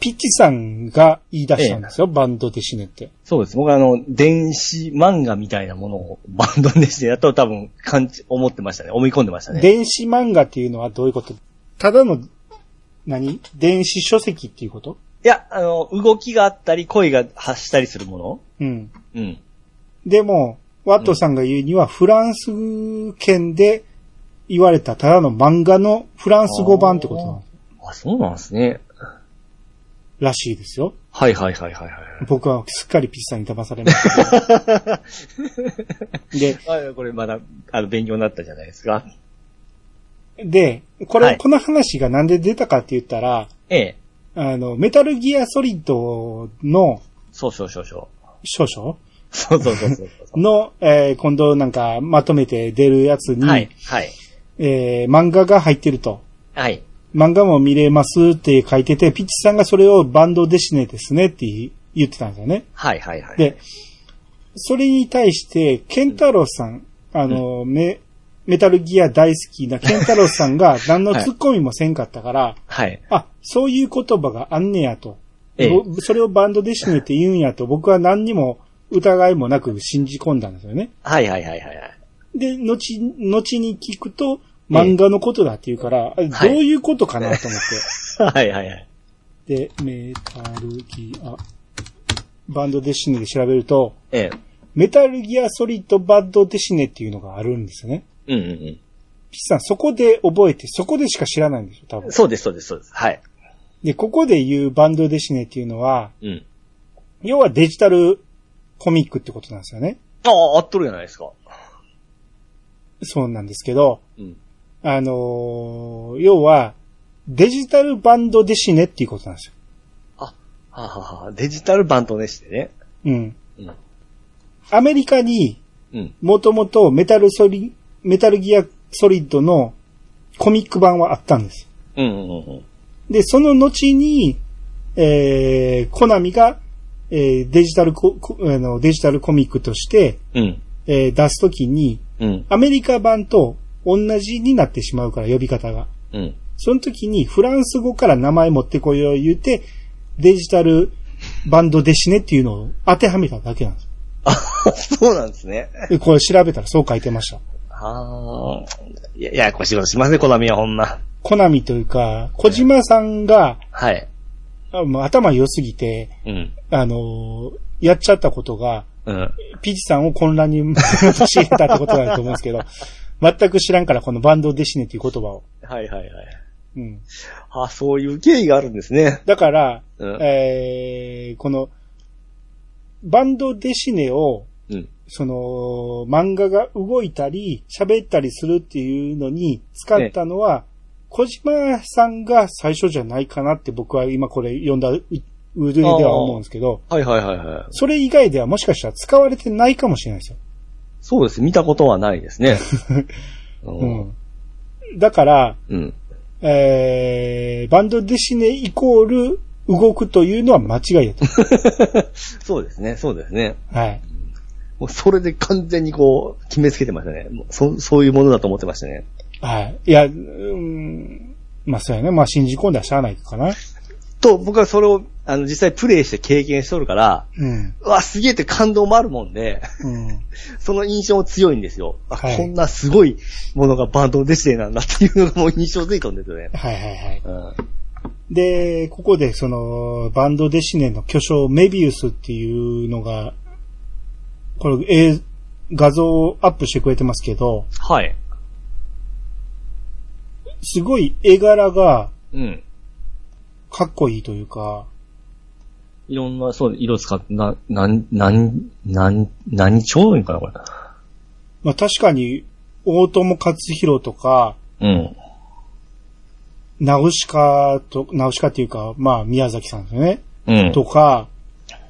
ピッチさんが言い出したんですよ、バンドで死ねって。
そうです。僕はあの、電子漫画みたいなものをバンドにしてやったと多分、感じ、思ってましたね。思い込んでましたね。
電子漫画っていうのはどういうことただの、何電子書籍っていうこと
いや、あの、動きがあったり、声が発したりするも
うん。
のうん。
でも、ワットさんが言うには、フランス圏で言われたただの漫画のフランス語版ってことなの
あ、そうなんですね。
らしいですよ。
はいはいはいはいはい。
僕はすっかりピッチさんに騙されました けど。で、
あこれまだ、あの、勉強になったじゃないですか。
で、これ、
はい
この話がなんで出たかって言ったら、
ええ。
あの、メタルギアソリッドの
そうそうそうそう。
少々
そうそうそうそう そ
の、えー今度なんかまとめて出るやつ
う。
に、
はい。はい。
えー漫画が入ってると。
はい。
漫画も見れますって書いてて、ピッチさんがそれをバンドデシネですねって言ってたんですよね。
はいはいはい。
で、それに対して、ケンタロウさん、あの、メ、メタルギア大好きなケンタロウさん が何のツッコミもせんかったから、
はい。
あ、そういう言葉があんねやと。
ええ
ぼそれをバンドデシネって言うんやと、僕は何にも疑いもなく信じ込んだんですよね。
はいはいはいはいはい。
で、後、後に聞くと、漫画のことだって言うから、あ
はい
どういうことかなと思っ
はいはいはい。
て。 で、メタルギア、バンドデシネで調べると、
ええ。
メタルギアソリッドバッドデシネっていうのがあるんですよね。
うんうん
ピッチさん、そこで覚えて、そこでしか知らないんですよ、多
う
分
ん。。そうですそうですそうです。はい。
で、ここで言うバンドデシネっていうのは、
うん。
要はデジタルコミックってことなんですよね。
ああ、合っとるじゃないですか。
そうなんですけど、
うん。
あのー要は、デジタルバンドデシネっていうことなんですよ。
あ、はははデジタル版とねしてね。
うん。
うん。
アメリカに、
うん。
もともとメタルソリ、メタルギアソリッドのコミック版はあったんです。
うんうんうん。
で、その後に、えー、コナミが、えーデジタルコ、コあの、デジタルコミックとして、
うん。
えー出すときに、
うん。
アメリカ版と同じになってしまうから、呼び方が。
うん。
その時にフランス語から名前持ってこいよ言うて、デジタルバンドデシネっていうのを当てはめただけなんです。
あ、 そうなんですね。
でこれ調べたらそう書いてました。
ああ。いや、ややこしいことしますね、コナミはほんま。
コナミというか、小島さんが、
はい。
あもう頭良すぎて、
うん。
あのーやっちゃったことが、
うん。
ピチさんを混乱に陥れたってことだと思うんですけど、 全く知らんからこのバンドデシネっていう言葉を。
はいはいはい。
うん。
あ、そういう経緯があるんですね。
だから、
うん
えー、この、バンドデシネを、
うん。
その、漫画が動いたり、喋ったりするっていうのに使ったのは、小島さんが最初じゃないかなって僕は今これ読んだう上では思うんですけど、
はいはいはいはい。
それ以外ではもしかしたら使われてないかもしれないですよ。
そうです。見たことはないですね。 う。
うんん。だから、
うん。
えー、バンドデシネイコール動くというのは間違いだと。
そうですね、そうですね。
はい。
もうそれで完全にこう、決めつけてましたね。もうそそういうものだと思ってましたね。
はい。いや、うーん、まあそうやね。まあ信じ込んだらしゃあないかな。
と、僕はそれを、あの、実際プレイして経験しとるから、
うん。
うわ、すげえって感動もあるもんで、
うん。
その印象も強いんですよ。あ、
はい
こんなすごいものがバンドデシデなんだっていうのがもう印象づいたんですよね。
はいはいはい。
うん。
で、ここでその、バンドデシネの巨匠メビウスっていうのが、これ、えー画像をアップしてくれてますけど、
はい。
すごい絵柄が
うん。
かっこいいというか、
いろんな、そう、色使って、な、なん、なん、なん、何超いいかな、こ
まあ確かに、大友克弘とか、
れ。うん。
ナウシカと、ナウシカっていうか、まあ宮崎さんですよね。
うん。
とか、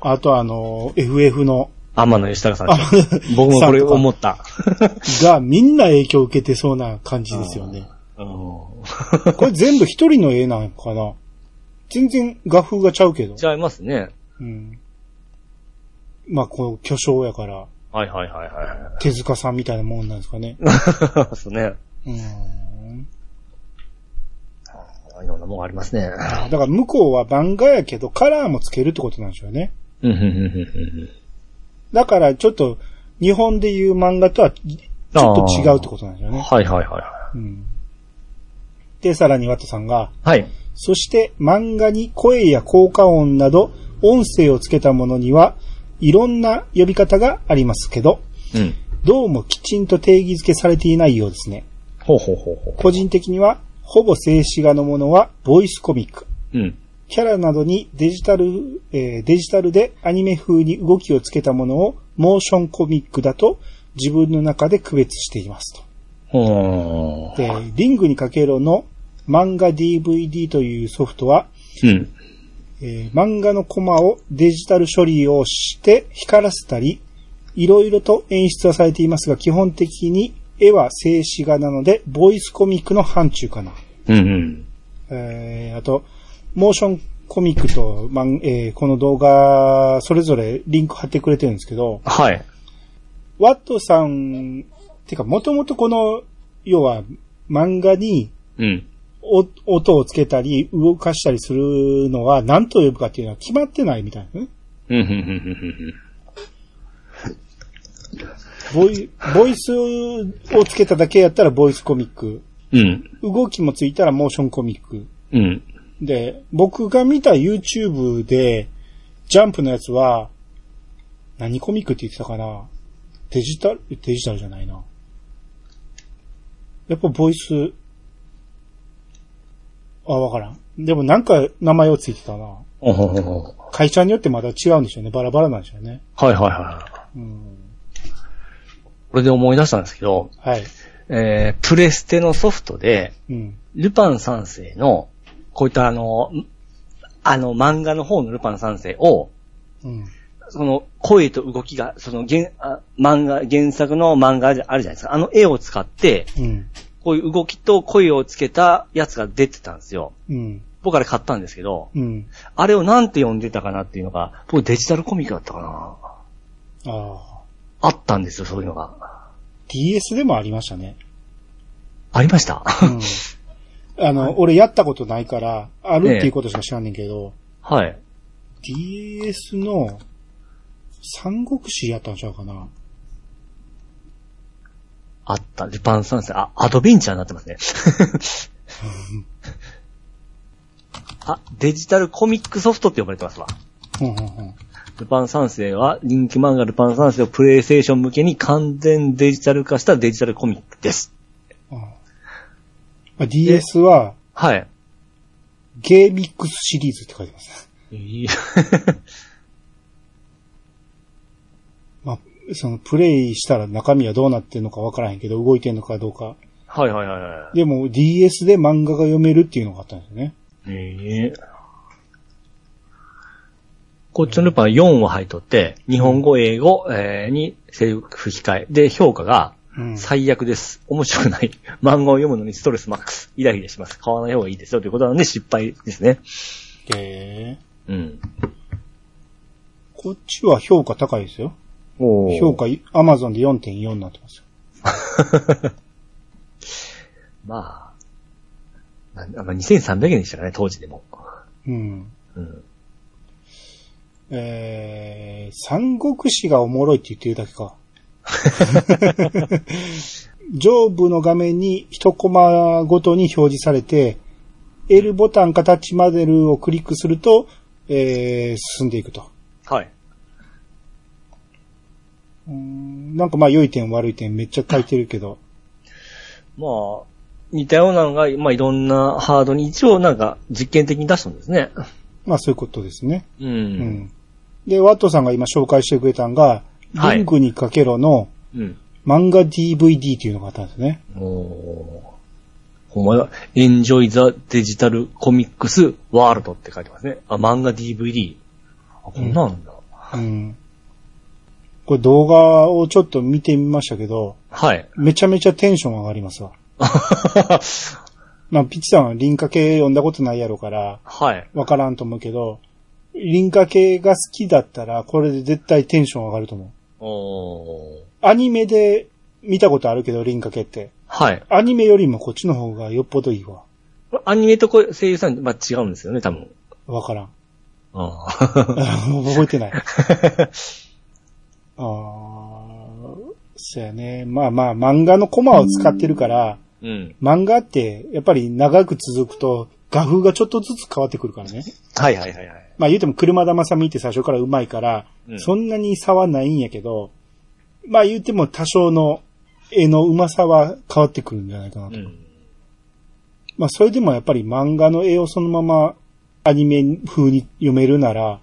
あとあの、FF の、
天野義高さん。
僕
僕もこれ思
っ
った。
がみんな影響を受けてそうな感じですよね。
うん
これ全部一人の絵なのかな全然画風がちゃうけど。
違いますね。
うん。まあ、こう、巨匠やから。
はいはいはいは
手塚さんみたいなもんなんですかね。
い。 そうね。
うーん。
いろんなもんありますね。
だから向こうは漫画やけどカラーもつけるってことなんでしょうね。
うん、うん、うん、
だからちょっと日本でいう漫画とはちょっと違うってことなんですよ
うん。
ね。
はいはいはいは
うん、で、さらにワトさんが、
い。はい。
そして漫画に声や効果音など音声をつけたものにはいろんな呼び方がありますけど、
うん。
どうもきちんと定義づけされていないようですね。
ほうほうほうほ
個人的には、ほぼ静止画のものはボイスコミック。
う。うん。
キャラなどにデジタル、えーデジタルでアニメ風に動きをつけたものをモーションコミックだと自分の中で区別していますと。
ほ
で、リングにかけろの漫画 DVD というソフトは、
う。うん。
えー漫画のコマをデジタル処理をして光らせたり、いろいろと演出はされていますが、基本的に絵は静止画なので、ボイスコミックの範疇かな。
うんうん。
えーあと、モーションコミックと、まんえーこの動画、それぞれリンク貼ってくれてるんですけど、
はい。
ワットさん、てか、もともとこの、要は、漫画に
うん。
お音をつけたり、動かしたりするのは何と呼ぶかっていうのは決まってないみたいなね。
うん、うん、うん、うん、
ボイ、ボイスをつけただけやったらボイスコミック。
うん。うん。
動きもついたらモーションコミック。
うん。
で、僕が見た YouTube で、ジャンプのやつは、何コミックって言ってたかなデジタル、デジタルじゃないな。やっぱボイス、あ、わからん。でもなんか名前をついてたな。
ほうほうほうほ
会社によってまた違うんでしょうね。バラバラなんでしょうね。
う。はいはいは
うん。
い。これで思い出したんですけど、
はい。
えー、プレステのソフトで、
うん。
ルパン三世の、こういったあの、あの漫画の方のルパン三世を、
うん。
その声と動きが、その原、あ漫画、原作の漫画あるじゃないですか。あの絵を使って、
うん。
こういう動きと声をつけたやつが出てたんですよ。
うん。
僕あれ買ったんですけど、
うん。
あれをなんて読んでたかなっていうのが、僕デジタルコミックだったかな。
ああ。
あったんですよ、そういうのが。
DS でもありましたね。
ありま した。
うん。あの、俺やったことないから、あるっていうことしか知らんねんけど、
はい。
DS の、三国志やったんちゃうかな。
あった。ルパン三世。あ、アドベンチャーになってます ね。あ、デジタルコミックソフトって呼ばれてますわ。
うんうんうん。
ルパン三世は人気漫画ルパン三世をプレイステーション向けに完全デジタル化したデジタルコミックです。
うんまあ、DS は、
はい。
ゲーミックスシリーズって書いてます。まあ、その、プレイしたら中身はどうなってんのかわからへんけど、動いてんのかどうか。
はいはいはいは
でも、DS で漫画が読めるっていうのがあったんですよね。
い。ええこっちのルパン4を入っとって、日本語、英語、えーにセリフ吹き替え。で、評価が
うん。
最悪です。面白くない。 漫画を読むのにストレスマックス。イライラします。買わない方がいいですよ。ということなんで失敗ですね。
へー
うん。
こっちは評価高いですよ。
お
評。価、アマゾンで4.4になってますよ。
まあ、なんまあ、2300円でしたかね、当時でも。
うん。
うん。
えー、三国志がおもろいって言ってるだけ か。上部の画面に一コマごとに表示されて、L ボタンかタッチマネルをクリックすると、えー、進んでいくと。
はい。
うーんなんかまあ良い点悪い点めっちゃ書いてるけど。
まあ、似たようなのが、まあいろんなハードに一応なんか実験的に出したんですね。
まあそういうことですね。
う。
うんん。で、ワットさんが今紹介してくれたのが、
はい
リングにかけろの
うん。
漫画 DVD っていうのがあったんですね。
おーほんまだ。Enjoy the Digital Comics World って書いてますね。あ、漫画 DVD。あ、こんなんあるんだ。
うん。これ動画をちょっと見てみましたけど、
はい。
めちゃめちゃテンション上がりますわ。まあ、ピッチさんはリンカ系読んだことないやろから、
はい。
わからんと思うけど、リンカ系が好きだったら、これで絶対テンション上がると思
おー。
アニメで見たことあるけど、リンかけって。
はい。
アニメよりもこっちの方がよっぽどいいわ。
アニメとこ声優さん、まあ、違うんですよね、多分。
わからん。
あ
覚えてない。
ー
あーそうやね。まあまあ、漫画のコマを使ってるから、
うん。
漫画って、やっぱり長く続くと、画風がちょっとずつ変わってくるからね。
はいはいはいはい。
まあ言うても車玉さん見て最初から上手いから、
うん
そんなに差はないんやけど、まあ言うても多少の絵の上手さは変わってくるんじゃないかなと。
うん。
まあそれでもやっぱり漫画の絵をそのままアニメ風に読めるなら、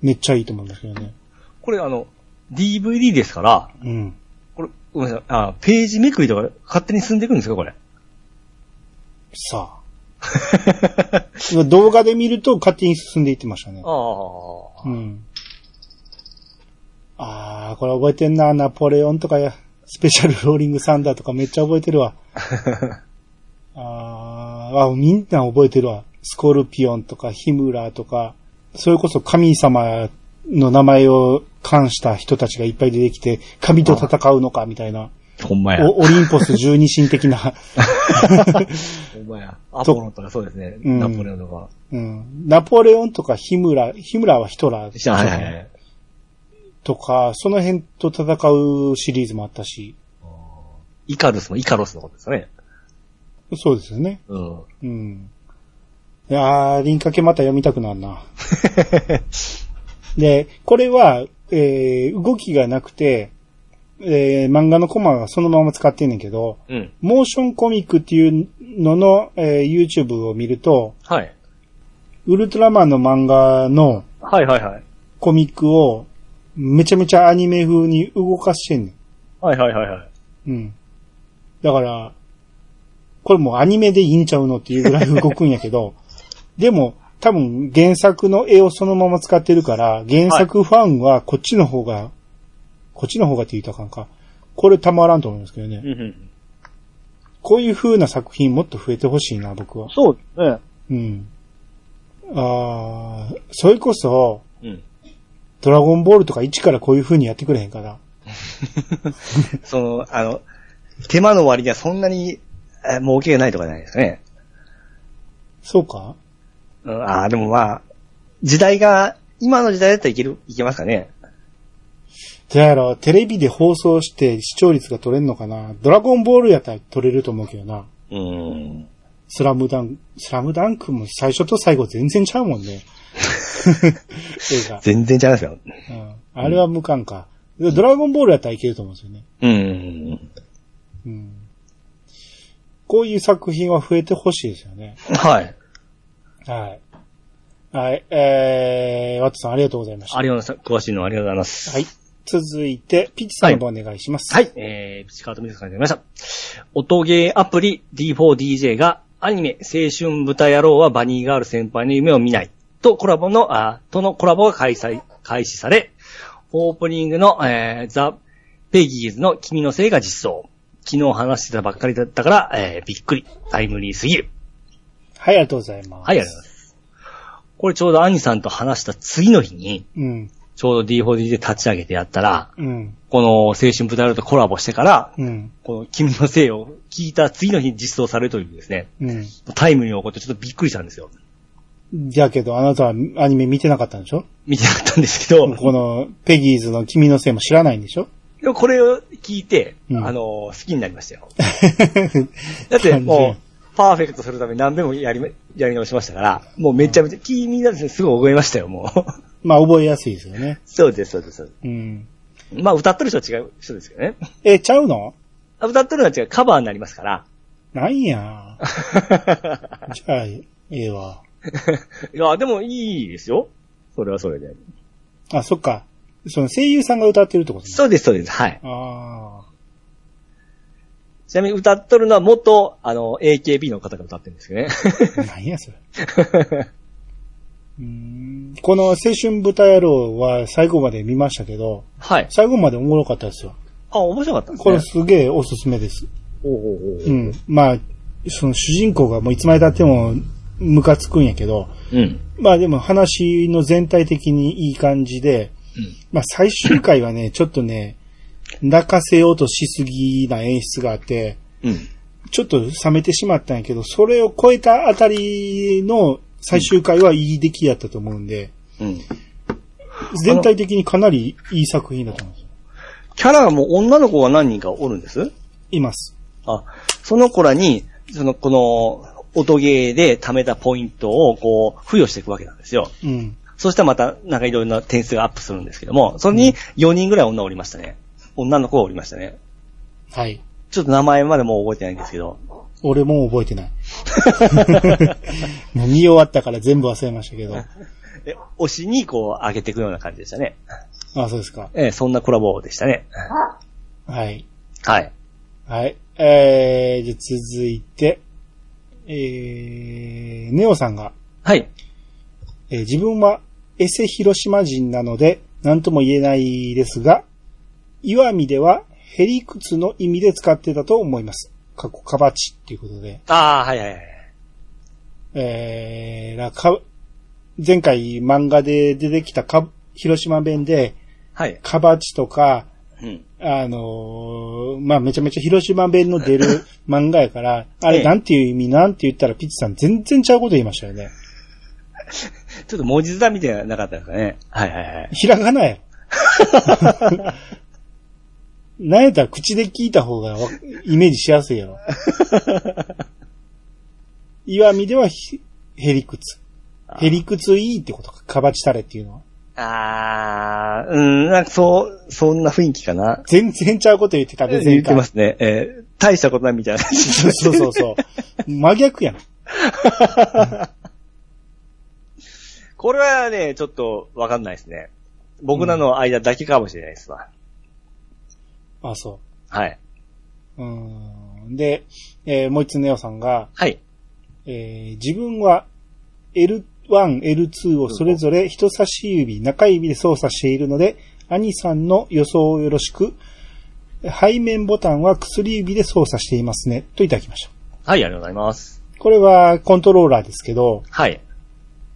めっちゃいいと思うんですよね。
これあの、DVD ですから、
うん。
これ、ごめんなさい。あ、ページめくりとか勝手に進んでいくんですか、これ。
さあ。動画で見ると勝手に進んでいってま したね。
ああ。
うん。あー、これ覚えてんな。ナポレオンとかや、スペシャルローリングサンダーとかめっちゃ覚えてるわ。あーあ、みんな覚えてるわ。スコルピオンとかヒムラーとか、それこそ神様の名前を冠した人たちがいっぱい出てきて、神と戦うのかみたいな。
ほんまや。
おオリンポス十二神的な、
ほんまや。アポロとかそうですね。
うん
ナポレオンとか。
うん。ナポレオンとかヒムラ、ヒムラーはヒトラ
じゃあ、はいはいは
ー
い。
とか、その辺と戦うシリーズもあったし、
イカルスのイカロスのことですかね。
そうですよね。
うん。
うん。いやー、リンかけまた読みたくなるな。で、これは、えー、動きがなくて、えー、漫画のコマがそのまま使ってんねんけど、
うん。
モーションコミックっていうのの、えー、YouTube を見ると、
はい。
ウルトラマンの漫画の
はいはいはい。
コミックをめちゃめちゃアニメ風に動かしてんね
はいはいはいはい。
ん。うん。だから、これもうアニメでいいんちゃうのっていうぐらい動くんやけ ど、でも多分原作の絵をそのまま使ってるから、原作ファンはこっちの方が、こっちの方がって言ったらあかんか。これたまらんと思うんですけどね。
うんうん。
こういう風な作品もっと増えてほしいな、僕は。
そうですね。
うん。あー、それこそ、
うん。
ドラゴンボールとか1からこういう風にやってくれへんかな。
その、あの、手間の割にはそんなに、えー儲けがないとかじゃないですかね。
そうか
うん、ああ、でもまあ、時代が、今の時代だったらいける、いけますかね。
じゃあやろ、テレビで放送して視聴率が取れんのかなドラゴンボールやったら取れると思うけどな。
うん。
スラムダンク、スラムダンクも最初と最後全然ちゃうもん ね。映画、
全然違いますよ。
うん。あれは無関か。でドラゴンボールやったらいけると思うんですよね。
うん。
うん。こういう作品は増えてほしいですよね。
はい。
はい。はい。えー、ワットさんありがとうございました。
ありがとうございます。詳しいのありがとうございます。
はい。続いて、ピッチさんの方お願いします。
はい。えー、ピチカートミルクさんいただきました。音ゲーアプリ D4DJ がアニメ青春豚野郎はバニーガール先輩の夢を見ないとコラボの、あとのコラボが開催、開始され、オープニングの、えー、ザ・ペギーズの君のせいが実装。昨日話してたばっかりだったから、えー、びっくり。タイムリーすぎる。
はい、ありがとうございます。
はい、ありがとうございます。これちょうど兄さんと話した次の日に、
うん。
ちょうど D4DJ 立ち上げてやったら、
うん。
この青春豚野郎とコラボしてから、
うん。
この君のせいを聞いた次の日に実装されるというですね、
うん。
タイムに起こってちょっとびっくりしたんですよ。
じゃけど、あなたはアニメ見てなかったんでしょ
見てなかったんですけど、
この、ペギーズの君のせいも知らないんでしょ
でもこれを聞いて、
うん
あの、好きになりましたよ。 だってもう、パーフェクトするために何べんもやり、やり直しましたから、もうめちゃめちゃ、君なんですね、すごい覚えましたよ、もう。
まあ、覚えやすいですよね。
そうです、そうです。そうで
うん。
すまあ、歌ってる人は違う人ですけどね。
え、ちゃうの
あ歌ってるのは違う、カバーになりますから。
なんや。じゃあ、ええわ。
いや、でもいいですよ。それはそれで。
あ、そっか。その声優さんが歌ってるってことね。
そうです、そうです、はい。
ああ。
ちなみに歌っとるのは元、あの、AKB の方が歌ってるんですけど ね。
なんや、それ。うーんこの青春豚野郎は最後まで見ましたけど、
はい。
最後までおもろかったですよ。
あ、面白かったですね。
これすげえおすすめです。
おうおうおう
うん。まあ、その主人公がもういつまで経ってもムカつくんやけど、
うん。
まあでも話の全体的にいい感じで、まあ最終回はね、ちょっとね、泣かせようとしすぎな演出があって、
うん。
ちょっと冷めてしまったんやけど、それを超えたあたりの最終回はいい出来やったと思うんで、
うん。
全体的にかなりいい作品だと思うんですよ。
キャラがもう女の子が何人かおるんです
います。
あ、その子らに、その、この、音ゲーで貯めたポイントを、こう、付与していくわけなんですよ。
うん。
そしたらまた、なんかいろいろな点数がアップするんですけども、それに4人ぐらい女おりましたね。女の子がおりましたね。
はい。
ちょっと名前までもう覚えてないんですけど。
俺もう覚えてない。 もう見終わったから全部忘れましたけど。
え、推しにこう、上げていくような感じでしたね。
あ、そうですか。
えーそんなコラボでしたね。
はい。
はい。
はい。えー、じゃあ続いて、えー、ネオさんが、
はい。
えー自分はエセ広島人なので何とも言えないですが、岩見ではヘリクツの意味で使ってたと思います。過去カバチっていうことで、
ああ、はいはいはい。
えー、らか前回漫画で出てきたか広島弁で
はい。
カバチとか、
うん。
あのーまあ、めちゃめちゃ広島弁の出る 漫画やから、あ
え
れ
え
なんていう意味なんて言ったらピッチさん全然ちゃうこと言いましたよね。
ちょっと文字座みたいなのなかったですかね。はいはいはい。
ひらが なや。なんやったら口で聞いた方がわイメージしやすいやろ。岩見ではひヘリクツ。ヘリクツいいってことか、カバチタレっていうのは。
ああ、うん、なんかそう、そんな雰囲気かな。
全然ちゃうこと言ってたで、
言
前
ってま
回。
すね。えー大したことないみたいな感じ。
そうそうそうそう。真逆やん。
これはね、ちょっとわかんないですね。僕らの間だけかもしれないですわ。
あ、そう。
はい。
うーんで、えーもう一つネオさんが、
はい。
えー自分は L1、L2 をそれぞれ人差し指、中指で操作しているので、兄さんの予想をよろしく、背面ボタンは薬指で操作していますね、といただきました。
はい、ありがとうございます。
これはコントローラーですけど、
はい。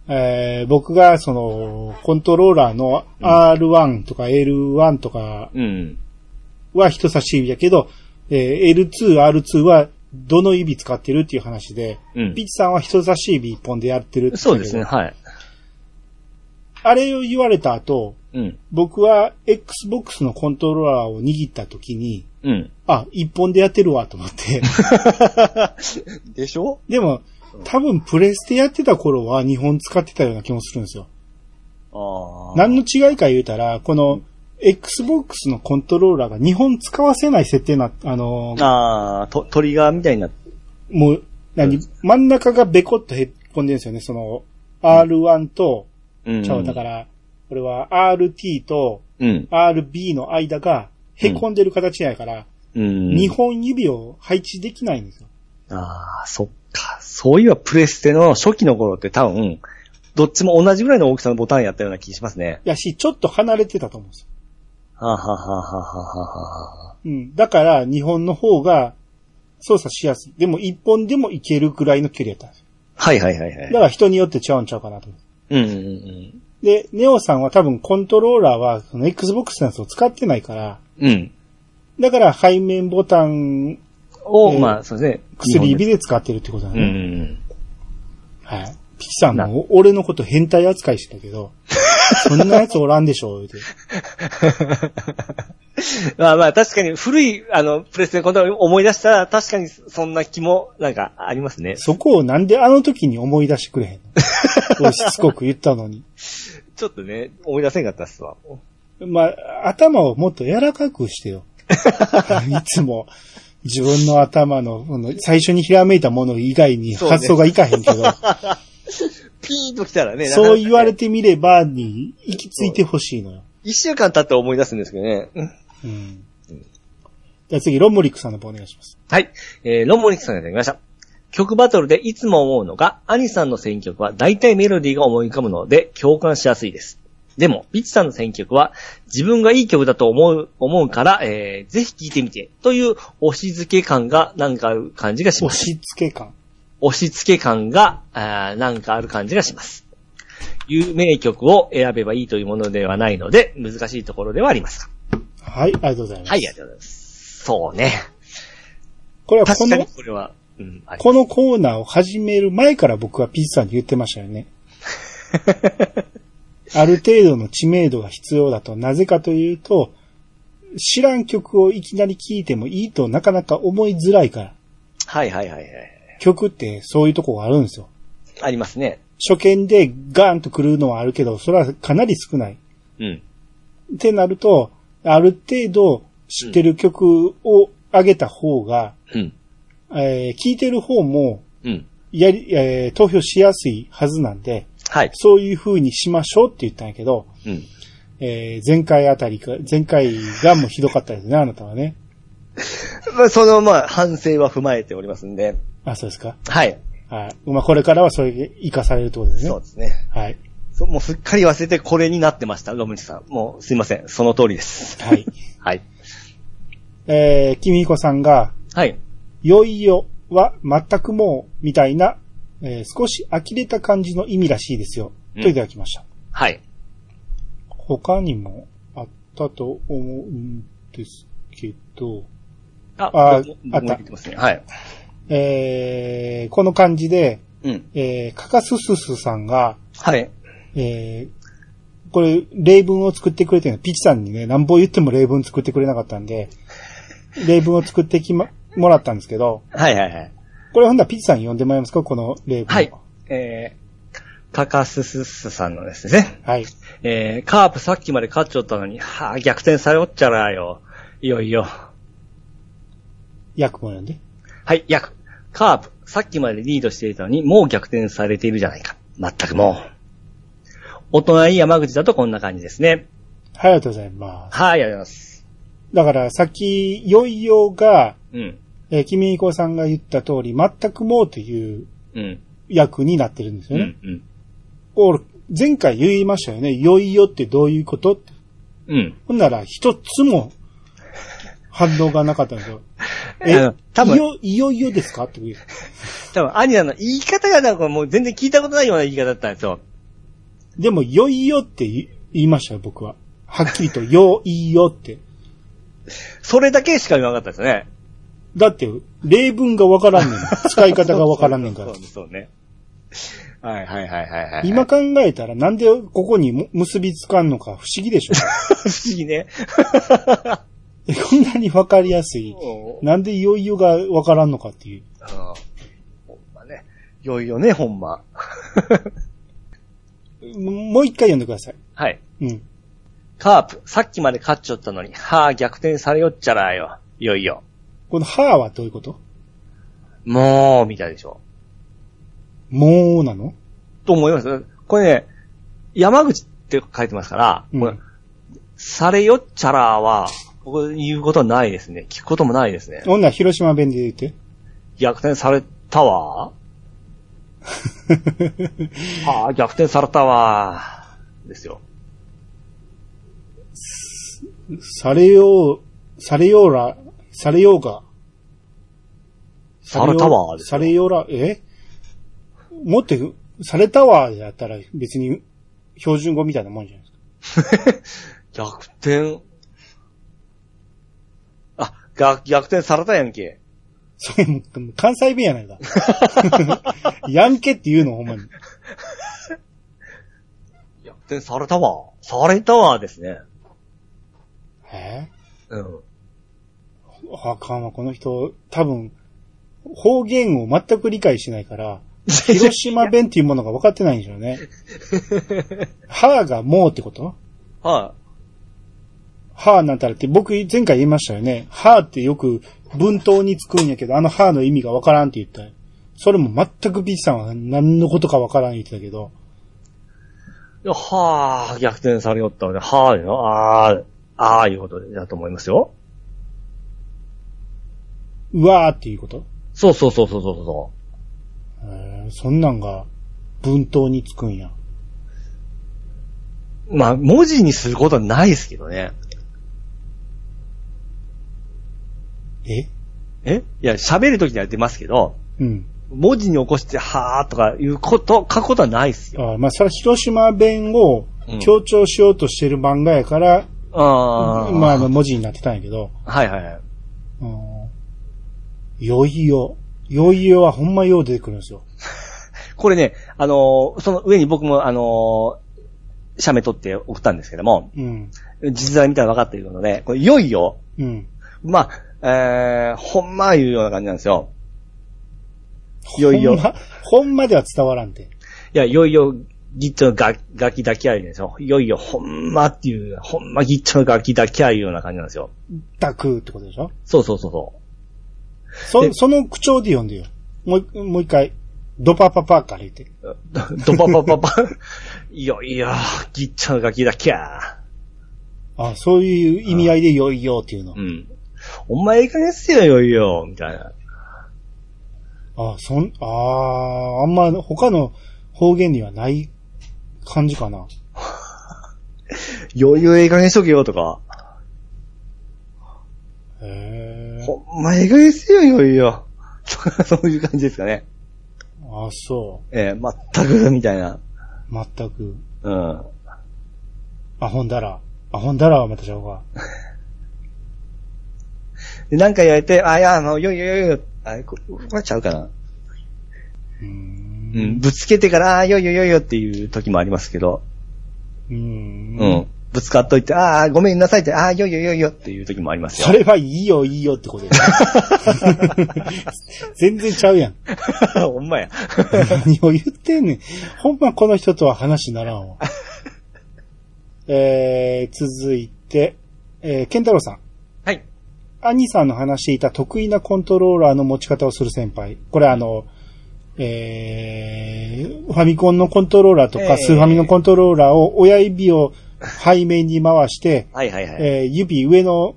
えー僕がその、コントローラーの R1 とか L1 とか
うん。
は人差し指やけど、えー L2、R2 はどの指使ってるっていう話で、
うん
ピッチさんは人差し指一本でやってるって言ったけど
そうですね、はい。
あれを言われた後、
うん。
僕は Xbox のコントローラーを握った時に、
うん。
あ、一本でやってるわと思 って。
でしょ
でも、多分プレステやってた頃は2本使ってたような気もするんですよ。
ああ。
何の違いか言うたら、この Xbox のコントローラーが2本使わせない設定な、あのー、
ああ、とトリガーみたいになって。
もう、何、真ん中がベコッとへっこんでるんですよね。その、R1 と、
うん。
ちゃう、だから、これは RT と
うん。
RB の間がへこんでる形やから、
うん。
2本指を配置できないんですよ。
ああ、そっか。そういえばプレステの初期の頃って多分、どっちも同じぐらいの大きさのボタンやったような気しますね。
やし、ちょっと離れてたと思うんですよ。
はあ、はあはあはあはあはあ、
うん。だから、2本の方が操作しやすい。でも、1本でもいけるくらいの距離やったんですよ。
はいはいはいは
だ
い。
から人によって違うんちゃうかなと思う。
うんうんうん。
で、ネオさんは多分コントローラーは、その Xbox のやつを使ってないから、
うん。
だから背面ボタン、
を、
えー
まあ、そうですね。
薬指
日
で使ってるってことだ
本で。うん
ね。
うん うん。
はい。ピチさんも、俺のこと変態扱いしてたけ ど、そんなやつおらんでしょ、言うて。
まあまあ、確かに古い、あの、プレステのことを思い出したら、確かにそんな気も、なんか、ありますね。
そこをなんであの時に思い出してくれへんの俺しつこく言ったのに。
ちょっとね、思い出せんかったっすわ。
まあ、頭をもっと柔らかくしてよ。いつも、自分の頭の、この最初にひらめいたもの以外に
そうね
発想がいかへんけど、
ピーンと来たらね、
そう,、言われ
て。
てみればに行き着いてほしいのよ。
一週間経って思い出すんですけどね。うん
うん。じゃあ次、ロンモリックさんの方お願いします。
はい。えー、ロンモニックさんがいただきました。曲バトルでいつも思うのが、アニさんの選曲は大体メロディーが思い浮かぶので共感しやすいです。でも、ピッチさんの選曲は自分がいい曲だと思う、思うから、えー、ぜひ聴いてみて、という押し付け感がなんかある感じがしま
押
す。
し付け感。
押し付け感が、あーなんかある感じがします。
有名曲を選べばいいというものではないので、難しいところではあります
はい、ありがとうございます。
が。はい、ありがとうございます。そうね。
これはこ
確かに
の、
これは、うん、あり
このコーナーを始める前から僕はピーチさんに言ってましたよね。ある程度の知名度が必要だと、なぜかというと、知らん曲をいきなり聴いてもいいとなかなか思いづらいから、
はいはいはいはい。
曲ってそういうとこがあるんですよ。
ありますね。
初見でガーンと来るのはあるけど、それはかなり少ない。
うん。
ってなると、ある程度知ってる曲を上げた方が、
うん。
えー聴いてる方も、
うん。
やり、えー投票しやすいはずなんで、
はい。
そういう風にしましょうって言ったんやけど、
うん。
えー前回あたりか、前回がもうひどかったですね、あなたはね。
まあ、その、まあ、反省は踏まえておりますんで。
あ、そうですか。
はい。
はい。まあ、これからはそれで活かされるってことですね
そう。ですね。
はい。
そうもうすっかり忘れてこれになってました、ロムチさん。もう、すいません。その通りです。
はい。
はい。
えー、君彦さんが、
ます。はい。
いよいよは全くもう、みたいな、えー少し呆れた感じの意味らしいですよ。
うん
といただきました。
はい。
他にもあったと思うんですけど、
あ
あ
僕も
あった
僕も入れてますね。はい。
えー、この感じで、
うん。
えー、カカスススさんが、
はい。
えー、これ、例文を作ってくれてるの。ピチさんにね、なんぼ言っても例文作ってくれなかったんで、例文を作ってきま、 もらったんですけど、
はいはいはい。
これほんならピチさん読んでもらえますかこの例文。
はい。えー、カカスススさんのですね。
はい。
えー、カープさっきまで勝っちゃったのに、はぁ、逆転されおっちゃらよ。いよいよ。
訳も読んで。
はい、約。カープ、さっきまでリードしていたのに、もう逆転されているじゃないか。まったくもう。お隣山口だとこんな感じですね。
はい、ありがとうございます。
はい、ありがとうございます。
だから、さっき、いよいよが、
うん。
えー、君彦さんが言った通り、全くもうという
うん。
訳になってるんです
う
よね。
ん。うん。
俺、前回言いましたよね。いよいよってどういうことって
うん。
ほんなら、一つも反応がなかったん ですよ。
あの多分
いよ、いよいよですかって言う。
多分、アニラの言い方がなんかもう全然聞いたことないような言い方だったんですよ。
でも、いよいよって言い言いましたよ、僕は。はっきりと、よいよって。
それだけしか言わなかったですよね。
だって、例文がわから んねん。使い方がわからんねんか ら
そう。そうそうね。はいはいはいはいはい。
今考えたら、なんでここにも結びつかんのか不思議でしょ。
不思議ね。
えこんなにわかりやすい。なんでいよいよがわからんのかっていう。
ほんまね。いよいよね、ほんま。
もう一回読んでください。
はい。
うん。
カープ、さっきまで勝っちゃったのに、はぁ、逆転されよっちゃらよ。いよいよ。
この、はーはどういうこと
もう、みたいでしょ。
もうなの
と思います。これね、
山口って書いてますから、
うん
これされよっちゃらは、僕言うことはないですね。聞くこともないですね。
ほんなら広島弁で言って。
逆転されたわ。はあ、逆転されたわ。ですよ。
されよう、されようら、されようが。
されたわ。です
されようら、えもって、されたわだったら別に標準語みたいなもんじゃないです か。
逆転。あ、逆、逆転されたやんけ。
それもう関西弁やないか。 やんけって言うの、ほんまに。
逆転されたわ。されたわですね。
え
うん。
あかんわ、この人、多分、方言を全く理解しないから、広島弁っていうものが分かってないんでしょ うね。はーがもうってこと
は
はーなんたらって、僕前回言いましたよね。はーってよく文頭につくんやけど、あのはーの意味がわからんって言った。それも全くビーチさんは何のことかわからん言ってたけど、
い。はあ、逆転されよったので、はあよ、ああ、ああいうことだと思いますよ。
うわーっていうこと
そうそうそうそうそうそ
へーそんなんが文頭につくんや。
う。まあ、文字にすることはないですけどね。
え
えいや、喋るときには出ますけど、
うん。
文字に起こして、はーとかいうこと、書くことはないっすよ。
あまあ、それは広島弁を
うん
強調しようとしてる漫画やから、
ああ。
まあ、あの、文字になってたんやけど、
はいはいはい。
うん。よいよ。よいよはほんまよう出てくるんですよ。
これね、あのーその上に僕も、あのー写メ撮って送ったんですけども、
うん。
実在見たら分かっているので、これいよいよ、
うん。
まあ、えー、ほんまいうような感じなんですよ。いよい
ほ
よ
ん。ま、ほんまでは伝わらんて。
いや、いよいよ、ギッチョのガガキ抱き合いですよ。いよいよ、ほんまっていう、ほんまギッチョのガキ抱き合いような感じなんですよ。
たくってことでしょ
そうそうそうそ
そ、
で
その口調で読んでよ。もう一、もう一回。ドパパパから言って。
う。ドパパパパ。いよいよ、ギッチョのガキ抱き合い。
あ、そういう意味合いでよいよっていうの
う。ん。お前いい加減っすよ、いよいよ、みたいな。
あ、そん、ああ、あんま他の方言にはない感じかな。
余裕ええ加減しとけよとか。
へえ。
ほんまええ加減っすよ、いよいよ。 とかそういう感じですかね。
あ、そ
ええまったく、みたいな。
う。全く。
うん。
あ、ほんだら。あ、ほんだらはまたちゃうか。
で、なんかやれて、あ、いや、あの、よいよいよいよ、あ、ここれちゃうかな。
うー。
うんん。ぶつけてから、あ、よいよいよいよっていう時もありますけど、
うーん。
うん。ぶつかっといて、ああ、ごめんなさいって、ああ、よいよいよいよっていう時もありますよ
そ。れはいいよ、いいよってことで。 全然ちゃうやん。
ほんまや。
何を言ってんねん。ほんまこの人とは話にならん わ。えー、続いて、えー、ケンタロウさん。
はい。
兄さんの話していた得意なコントローラーの持ち方をする先輩。これあの、えー、ファミコンのコントローラーと
えー
か、スーファミのコントローラーを親指を背面に回して、
はいはいはい。
えー、指上の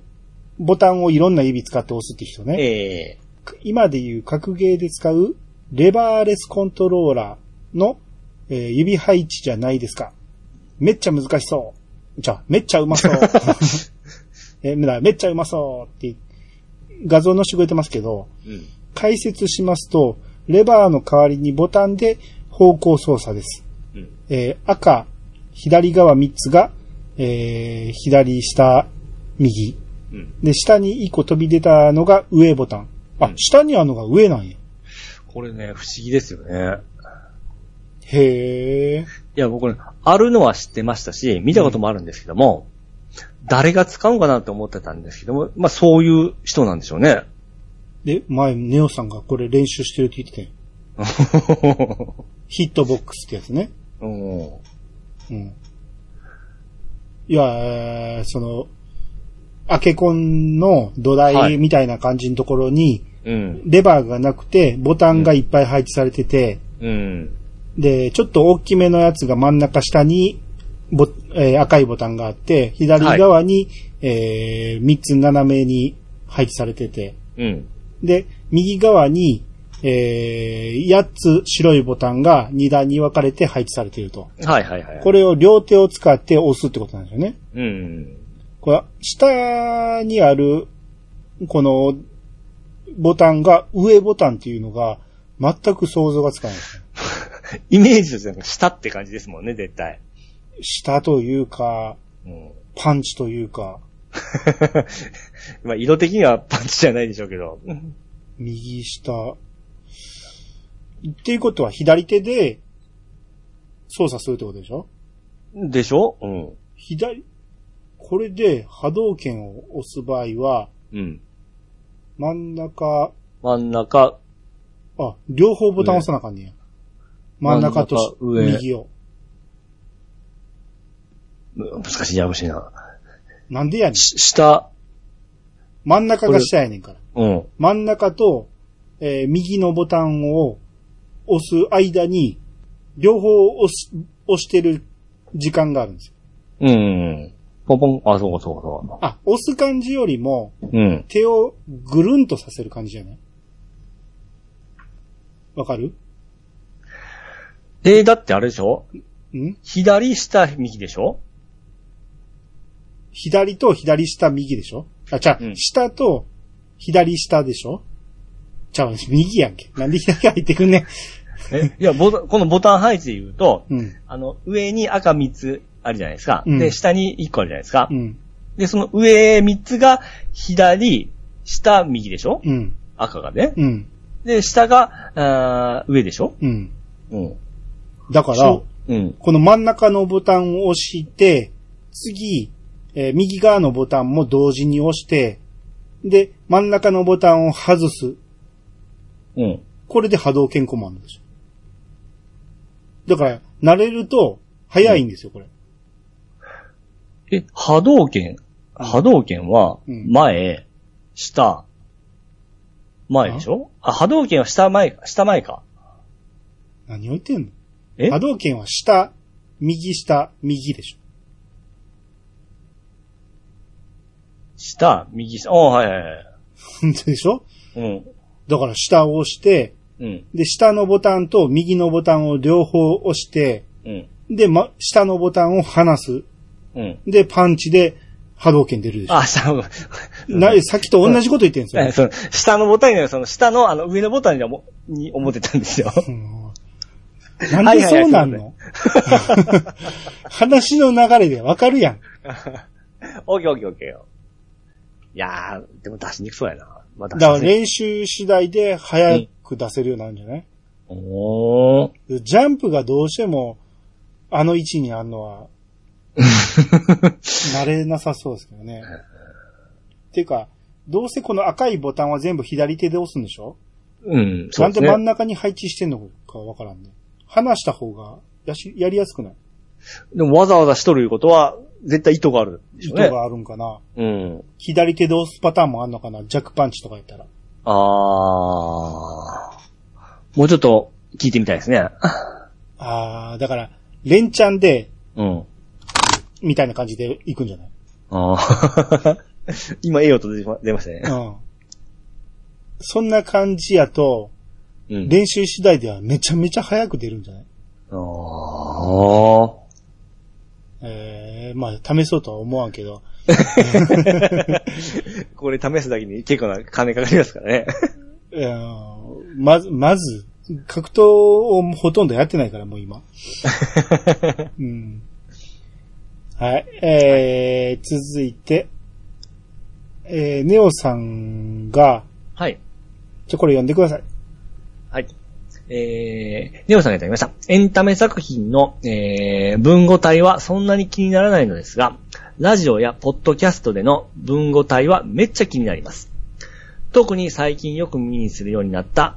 ボタンをいろんな指使って押すって人ね。
ええ
今でいう格ゲーで使うレバーレスコントローラーの、えー指配置じゃないですか。めっちゃ難しそう。じゃあ、めっちゃうま そう。えーだめっちゃうまそうって画像載せてくれてますけど、
うん。
解説しますと、レバーの代わりにボタンで方向操作です。
うん
えー赤、左側3つが、えー左下、右。
うん。
で、下に1個飛び出たのが上ボタン。あ、
うん
下にあるのが上なんや。
これね、不思議ですよね。
へえ。
いや、僕ね、あるのは知ってましたし、見たこともあるんですけども、誰が使うのかなと思ってたんですけども、まあそういう人なんでしょう ね。
で、前、ネオさんがこれ練習してるって言ってたよ。ヒットボックスってやつね。
うん
うん。いや、えーその、アケコンの土
はい
台みたいな感じのところに、
うん。
レバーがなくて、ボタンがいっぱい配置されてて、
うん。
で、ちょっと大きめのやつが真ん中下に、ぼえー赤いボタンがあって、左側に、えー、3つ斜めに配置されてて、
うん。
で、右側に、えー、8つ白いボタンが2段に分かれて配置されていると。
はいはいはい。
これを両手を使って押すってことなんですよね。
うん。
これ、下にある、この、ボタンが上ボタンっていうのが、全く想像がつかないですね。
イメージとしては下って感じですもんね、絶対。
下というか、
うん。
パンチというか、
まあ色的にはパンチじゃないでしょうけど。
右下。っていうことは左手で操作するってことでしょ
でしょうん。
左、これで波動拳を押す場合は、
うん。
真ん中、
真ん中、
あ、両方ボタン押さなあかんねや。真ん中とし
真ん中上
右を。
難しいややこしいな。
なんでやねん。
し下、
真ん中が下やねんから。
うん。
真ん中と、えー右のボタンを押す間に、両方押す、押してる時間があるんですよ。
うん。ポンポン、あ、そうかそうかそ
あ、押す感じよりも、
うか。うん。
手をぐるんとさせる感じじゃないわかる
で、だってあれでしょ
ん
左下右でしょ
左と左下右でしょあ、じゃあ、
うん
下と左下でしょちゃう、右やんけ。なんで左入ってくんねん。
え、いや、ボタン、このボタン配置で言うと、
うん。
あの、上に赤3つあるじゃないですか。
うん
で、下に1個あるじゃないですか。
うん。
で、その上3つが左、下、右でしょ
うん。
赤がね。
うん。
で、下が、あー上でしょ
うん。
うん。
だから
そ、ううん。
この真ん中のボタンを押して、次、えー右側のボタンも同時に押して、で、真ん中のボタンを外す。
うん。
これで波動拳コマンドでしょ。だから、慣れると、早いんですよ、これ。
え、波動拳、波動拳は、
うん
前、下、前でしょあ、波動拳は下前、下前か。
何を言ってんの
え
波動拳は下、右下、右でしょ。
下、右下、おーはいはいはい。
でしょ
うん。
だから下を押して、
うん。
で、下のボタンと右のボタンを両方押して、
うん。
で、ま、下のボタンを離す。
うん。
で、パンチで波動拳出るでしょ。
あ、下の、
な、さっきと同じこと言ってるんですよ
え。その下のボタンには、その下の、あの、上のボタンにはも、に思ってたん ですよ。
うんなんでそうなんの 話の流れでわかるやん。
オッケーオッケーオッケーよ。いやー、でも出しにくそうやな。まあ、
だから
出しにくい。
練習次第で早く出せるようになるんじゃない、
おー。
ジャンプがどうしてもあの位置にあるのは慣れなさそうですけどね。っていうか、どうせこの赤いボタンは全部左手で押すんでしょ
うん、そ
な
うんです
で
ね。
真ん中に配置してんのかわからんね。離した方がやしやりやすくない
でもわざわざしとるいうことは、絶対意図があるで
意
しょ
図
うね。
があるんかな。
うん。
左手で押すパターンもあんのかなジャックパンチとかやったら。
あー。もうちょっと聞いてみたいですね。
あー、だから、連チャンで、
うん。
みたいな感じで行くんじゃない
あー。 今、ええ音出てま出ましたね。
うん。そんな感じやと、
うん。
練習次第ではめちゃめちゃ早く出るんじゃない
あー。
えー、まあ、試そうとは思わんけど。
これ試すだけに結構な金かかりますからね。
うんまず、まず、格闘をほとんどやってないから、もう 今。うん、はい。えー、続いて、えー、ネオさんが、
はい。
じゃ、これ読んでください。
はい。えー、ネオさんがいただきました。エンタメ作品の、えー、文語体はそんなに気にならないのですが、ラジオやポッドキャストでの文語体はめっちゃ気になります。特に最近よく耳にするようになった、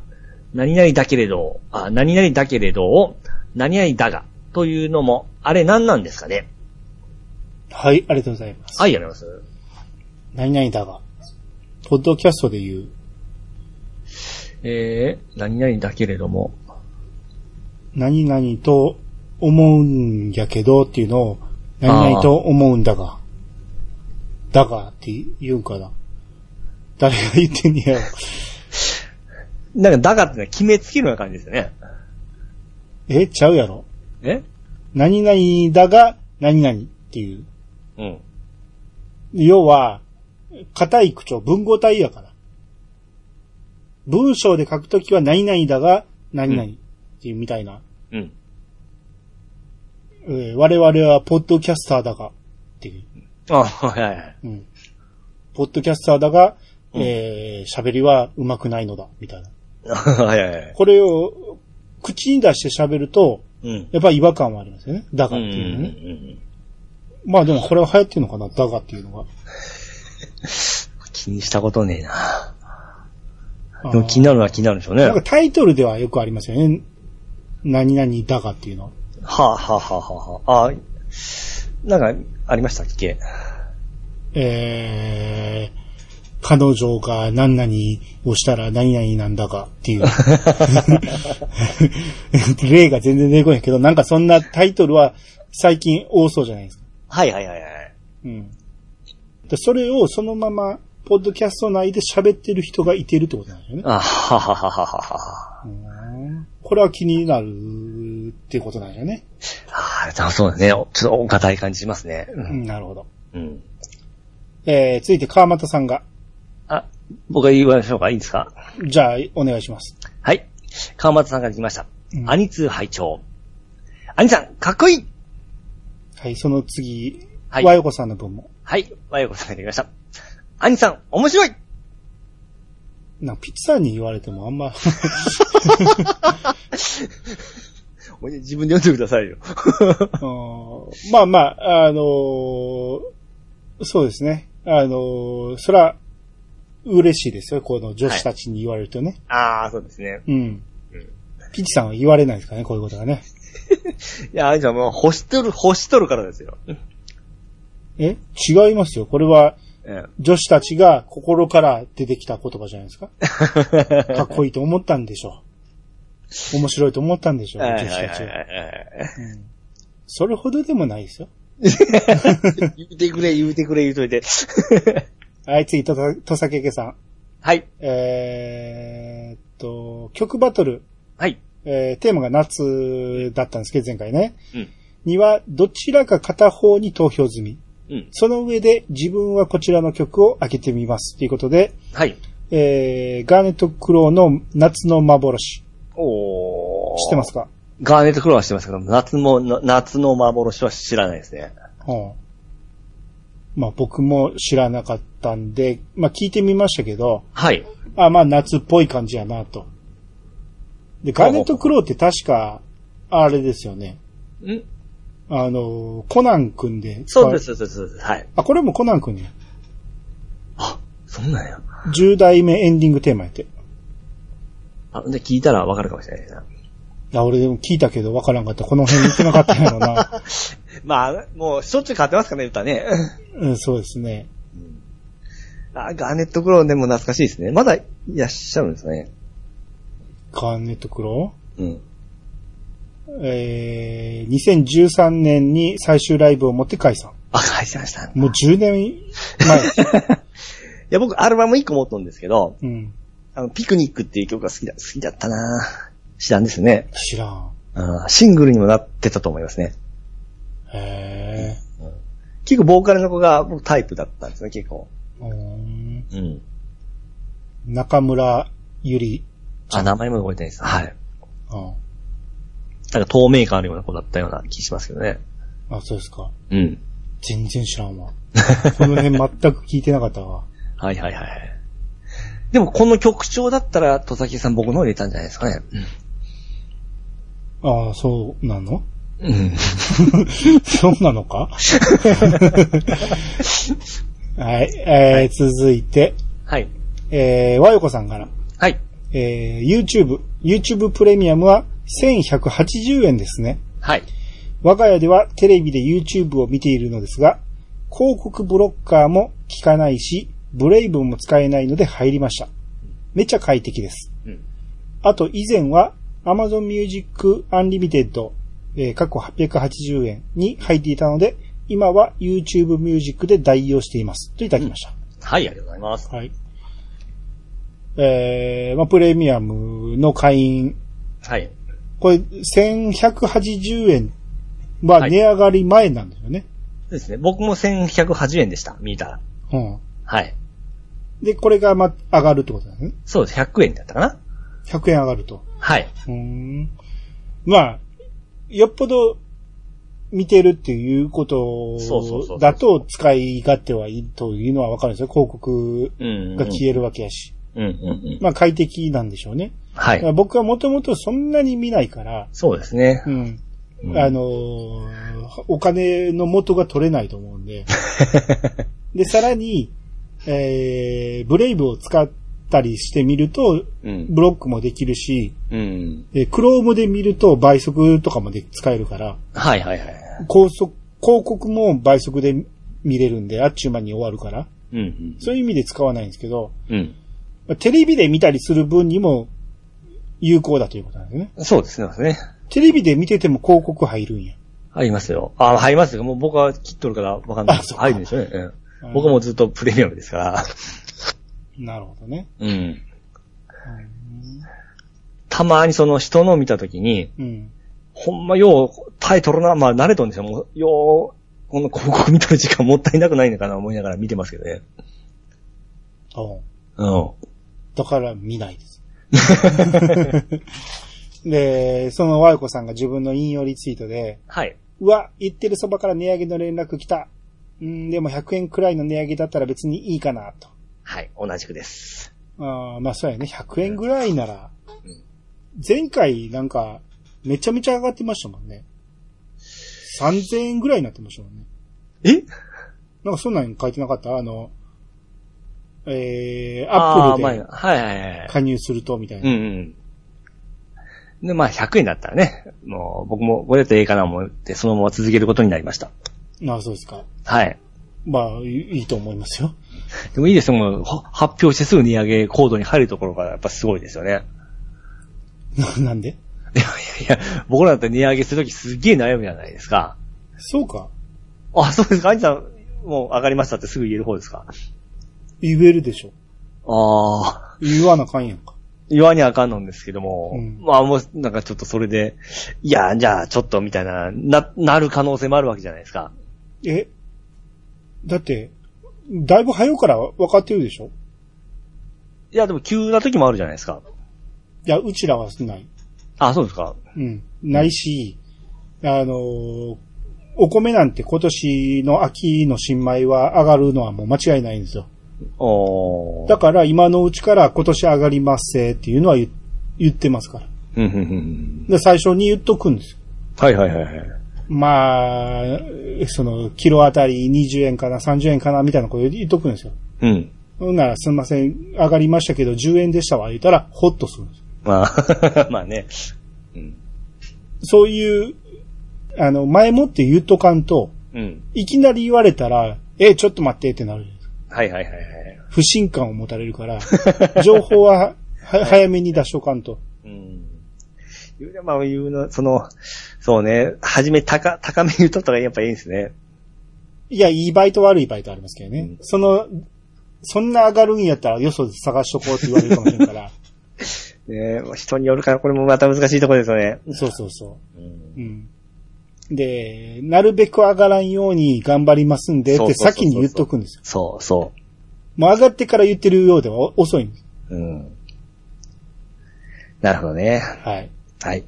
何々だけれど、あ、何々だけれどを、何々だが、というのも、あれ何なんですかね
はい、ありがとうございます。
はい、やります。
何々だが、ポッドキャストで言う、
えー、何々だけれども、
何々と思うんやけどっていうのを、何々と思うんだが、だがって言うんかな。誰が言ってんねやろ。
なんかだがってのは決めつけるような感じですよね。
え、ちゃうやろ。
え
何々だが、何々っていう。
うん。
要は、硬い口調、文語体やから。文章で書くときは何々だが、何々っていうみたいな。
うん。
えー我々はポッドキャスターだが、っていう。
あ、はいはいはい。
うん。ポッドキャスターだが、
うん
えー喋りは上手くないのだ、みたいな。
はいはいはい。
これを、口に出して喋ると、
うん。
やっぱり違和感はありますよね。だ
う
が
ん
っ
う
ていうのね。
ん
まあでもこれは流行ってるのかな、だがっていうのが。
気にしたことねえな。
あー
でも気になるのは気になるんでしょうね。
なんか
は
タイトルではよくありますよね。何々だがっていうの。
あ、はあはあはあはあ、あなんか、ありましたっけ
えー、彼女が何々をしたら何々なんだかっ ていう。例が全然出てこないけど、なんかそんなタイトルは最近多そうじゃないですか。
はいはいはいはい。
うん。でそれをそのまま、ポッドキャスト内で喋ってる人がいてるってことなんですよね。
あはははははは。
うんこれは気になるっていうことなんだよね。
ああ、そうだね。ちょっとお堅い感じしますね。う。
うんんなるほど。
うん。
えー、続いて川又さんが、
あ、
僕が言いましょうかいいんですか
じゃあ、お願いします。
はい。川松さんから来ました。
うん
アニツー拝聴アニさん、かっこいい
はい、その次、
はい
和洋子さんの分も。
はい。わよこさんから来ました。アニさん、面白い
なんかピッチさんに言われてもあんま、
自分で読んでくだ さいよ。
うんまあまあ、あのーそうですね。あのーそら、嬉しいですよ。この女子たちに言われるとね。
ああ、そうですね。
うん。ピッチさんは言われないですからね、こういうことがね。
いや、アニさんもう欲しとる、欲しとるからですよ。
え違いますよ。これは、
え
女子たちが心から出てきた言葉じゃない ですか。
え
かっこいいと思ったんでしょう。面白いと思ったんでしょう、女子たちは。うんそれほどでもないですよ。
言うてくれ、言うてくれ、言うといて。
はい、次、とさ、とさけけさん。
はい。
えー、っと、曲バトル、
はい。
えー、テーマが夏だったんですけど、前回ね。
うん
には、どちらか片方に投票済み。
うん。
その上で、自分はこちらの曲を開けてみます。ということで、
はい。
えー、ガーネット・クローの夏の幻。知
おー。
ってますか
ガーネットクローは知ってますけど、夏も、な夏の幻は知らないですね。
うん。まあ僕も知らなかったんで、まあ聞いてみましたけど、
はい。
あまあ夏っぽい感じやなと。で、ガーネット・クローって確か、あれですよね。
ん
あの、コナン君で。
そうです、そうです、そうです。はい。
あ、これもコナン君や。
あ、そんなんや。
10代目エンディングテーマやって。
あ、で、聞いたらわかるかもしれないですな。
あ、俺でも聞いたけどわからんかった。この辺見てなかったんやろな。
まあ、もう、しょっちゅう買ってますからね、歌ね。
うん、そうですね。
あ、ガーネットクローンでも懐かしいですね。まだいらっしゃるんですね。
ガーネット・クロー
うん。
えー、2013年に最終ライブを持って解散。
あ、解散したんだ。
もう10年前。
いや、僕、アルバム1個持っとんですけど、
うん。
あの、ピクニックっていう曲が好きだ、好きだったな知らんですね。
知らん。
あーシングルにもなってたと思いますね。
へ
結構ボーカルの子が僕タイプだったんですね、結構。
ーうーん。
うん。
中村ゆり。
あ、名前も覚えてないです。はい。
あ
なんか透明感あるような子だったような気しますけどね。
あ、そうですか。
うん。
全然知らんわ。この辺全く聞いてなかったわ。
はいはいはいはい。でもこの曲調だったら、戸崎さん僕の方入れたんじゃないですかね。
ああ、そうなの
うん。
そうなのかはい、えー、続いて、
はい。
えー、和よこさんから。
はい。
えー、YouTube、YouTube プレミアムは1180円ですね。
はい。
我が家ではテレビで YouTube を見ているのですが、広告ブロッカーも効かないし、ブレイブも使えないので入りました。めちゃ快適です。
うん
あと以前は Amazon Music Unlimited、えー、過去880円に入っていたので、今は YouTube Music で代用しています。といただきました。
はい、ありがとうございます。
はい。えー、まあ、プレミアムの会員
はい。
これ、1180円は
はい
値上がり前なんだよね。
そうですね。僕も1108円でした。見たら。はい。
うん。で、これがま、上がるってことだね。
そうです。100円だったかな
100円上がると。
はい。
うーん。まあ、よっぽど見てるっていうこと
そうそうそうそう
だと使い勝手はいいというのはわかるんですよ。広告
うんうんうん。
が消えるわけやし。
うんうんうん。
まあ快適なんでしょうね。
は
だから
い。
僕はもともとそんなに見ないから、
そうですね
う。ん。
うん
あのーお金の元が取れないと思う んで。で、さらに、えー、ブレイブを使ったりしてみると、
うん。
ブロックもできるし、
うん。
えー、クロームで見ると倍速とかもで使えるから、
はいはいはい。
高速、広告も倍速で見れるんで、あっちゅう間に終わるから、
うん
そういう意味で使わないんですけど、
うん。うん。
まあテレビで見たりする分にも有効だということなんですね。
そうですね。
テレビで見てても広告入るんや。
入りますよ。あ、入りますよ。もう僕は切っとるからわかんない
あ
です。
そう
入るんでしょうね。うん
うん
僕もずっとプレミアムですから。
なるほどね。
うん。たまにその人の見たときに、
うん。
ほんまようタイトルな、まあ慣れとんですよ。もう、よう、この広告見とる時間もったいなくないのかな思いながら見てますけどね。
おう
うん。
だから見ないです。 で、そのワイコさんが自分の引用リツイートで、
はい。
うわ、言ってるそばから値上げの連絡来た。うん、でも100円くらいの値上げだったら別にいいかな、と。
はい。同じくです。
あーまあそうやね、100円ぐらいなら
うん、
前回なんか、めちゃめちゃ上がってましたもんね。3000円ぐらいになってましたもんね。
え
なんかそんなん書いてなかったあの、えー、
あ
ア
あ
ップル
ー、
で
まあ、はいはいはい。
加入するとみたいな
うん。うん。で、まあ、100円だったらね、もう、僕も、これだとええかな思って、そのまま続けることになりました。
あそうですか。
はい。
まあ、いいいいと思いますよ。
でもいいですよ、もう、は発表してすぐ値上げコードに入るところが、やっぱすごいですよね。
ななんで
いやいやいや、僕らだって値上げするときすっげえ悩むじゃないですか。
そうか。
あ、そうですか、アンジさん、もう上がりましたってすぐ言える方ですか。
言えるでしょ。
ああ。
言わなあかんやんか。
言わにゃあかんのんですけども、
うん
まあもうなんかちょっとそれで、いや、じゃあちょっとみたいな、な、なる可能性もあるわけじゃないですか。
えだって、だいぶ早うから分かってるでしょ
いや、でも急な時もあるじゃないですか。
いや、うちらはない。
あ、そうですか。
うん。ないし、あのーお米なんて今年の秋の新米は上がるのはもう間違いないんですよ。
おー
だから今のうちから今年上がりますせっていうのは言言ってますから。
うんうんうん
で、最初に言っとくんですよ。
はいはいはいはい。
まあ、その、キロあたり20円かな、30円かな、みたいなこと言っとくんですよ。
うん。
ほんなら、すみません、上がりましたけど、10円でしたわ、言ったら、ホッとするんですよ。
まあ、 まあね。うん。
そういう、あの、前もって言っとかんと、
うん。
いきなり言われたら、え、ちょっと待ってってなるじゃないですか。
はいはいはいはい。
不信感を持たれる から、情報はは早めに出しとかんと。
うん。言うまあ言うの、その、そうね、はじめ高、高め言うとったらやっぱいいんですね。
いや、いいバイト悪いバイトありますけどね。
うん
その、そんな上がるんやったら、よそで探しとこうって言われるかもしれんから。
ねまあ人によるからこれもまた難しいところですよね。
そうそうそう。
うん
うんで、なるべく上がらんように頑張りますんでっ
そう
て
そうそうそ
先
う
に言っとくんですよ。
そうそう。
もう上がってから言ってるようではお遅いんです。
うん。なるほどね。
はい。
はい。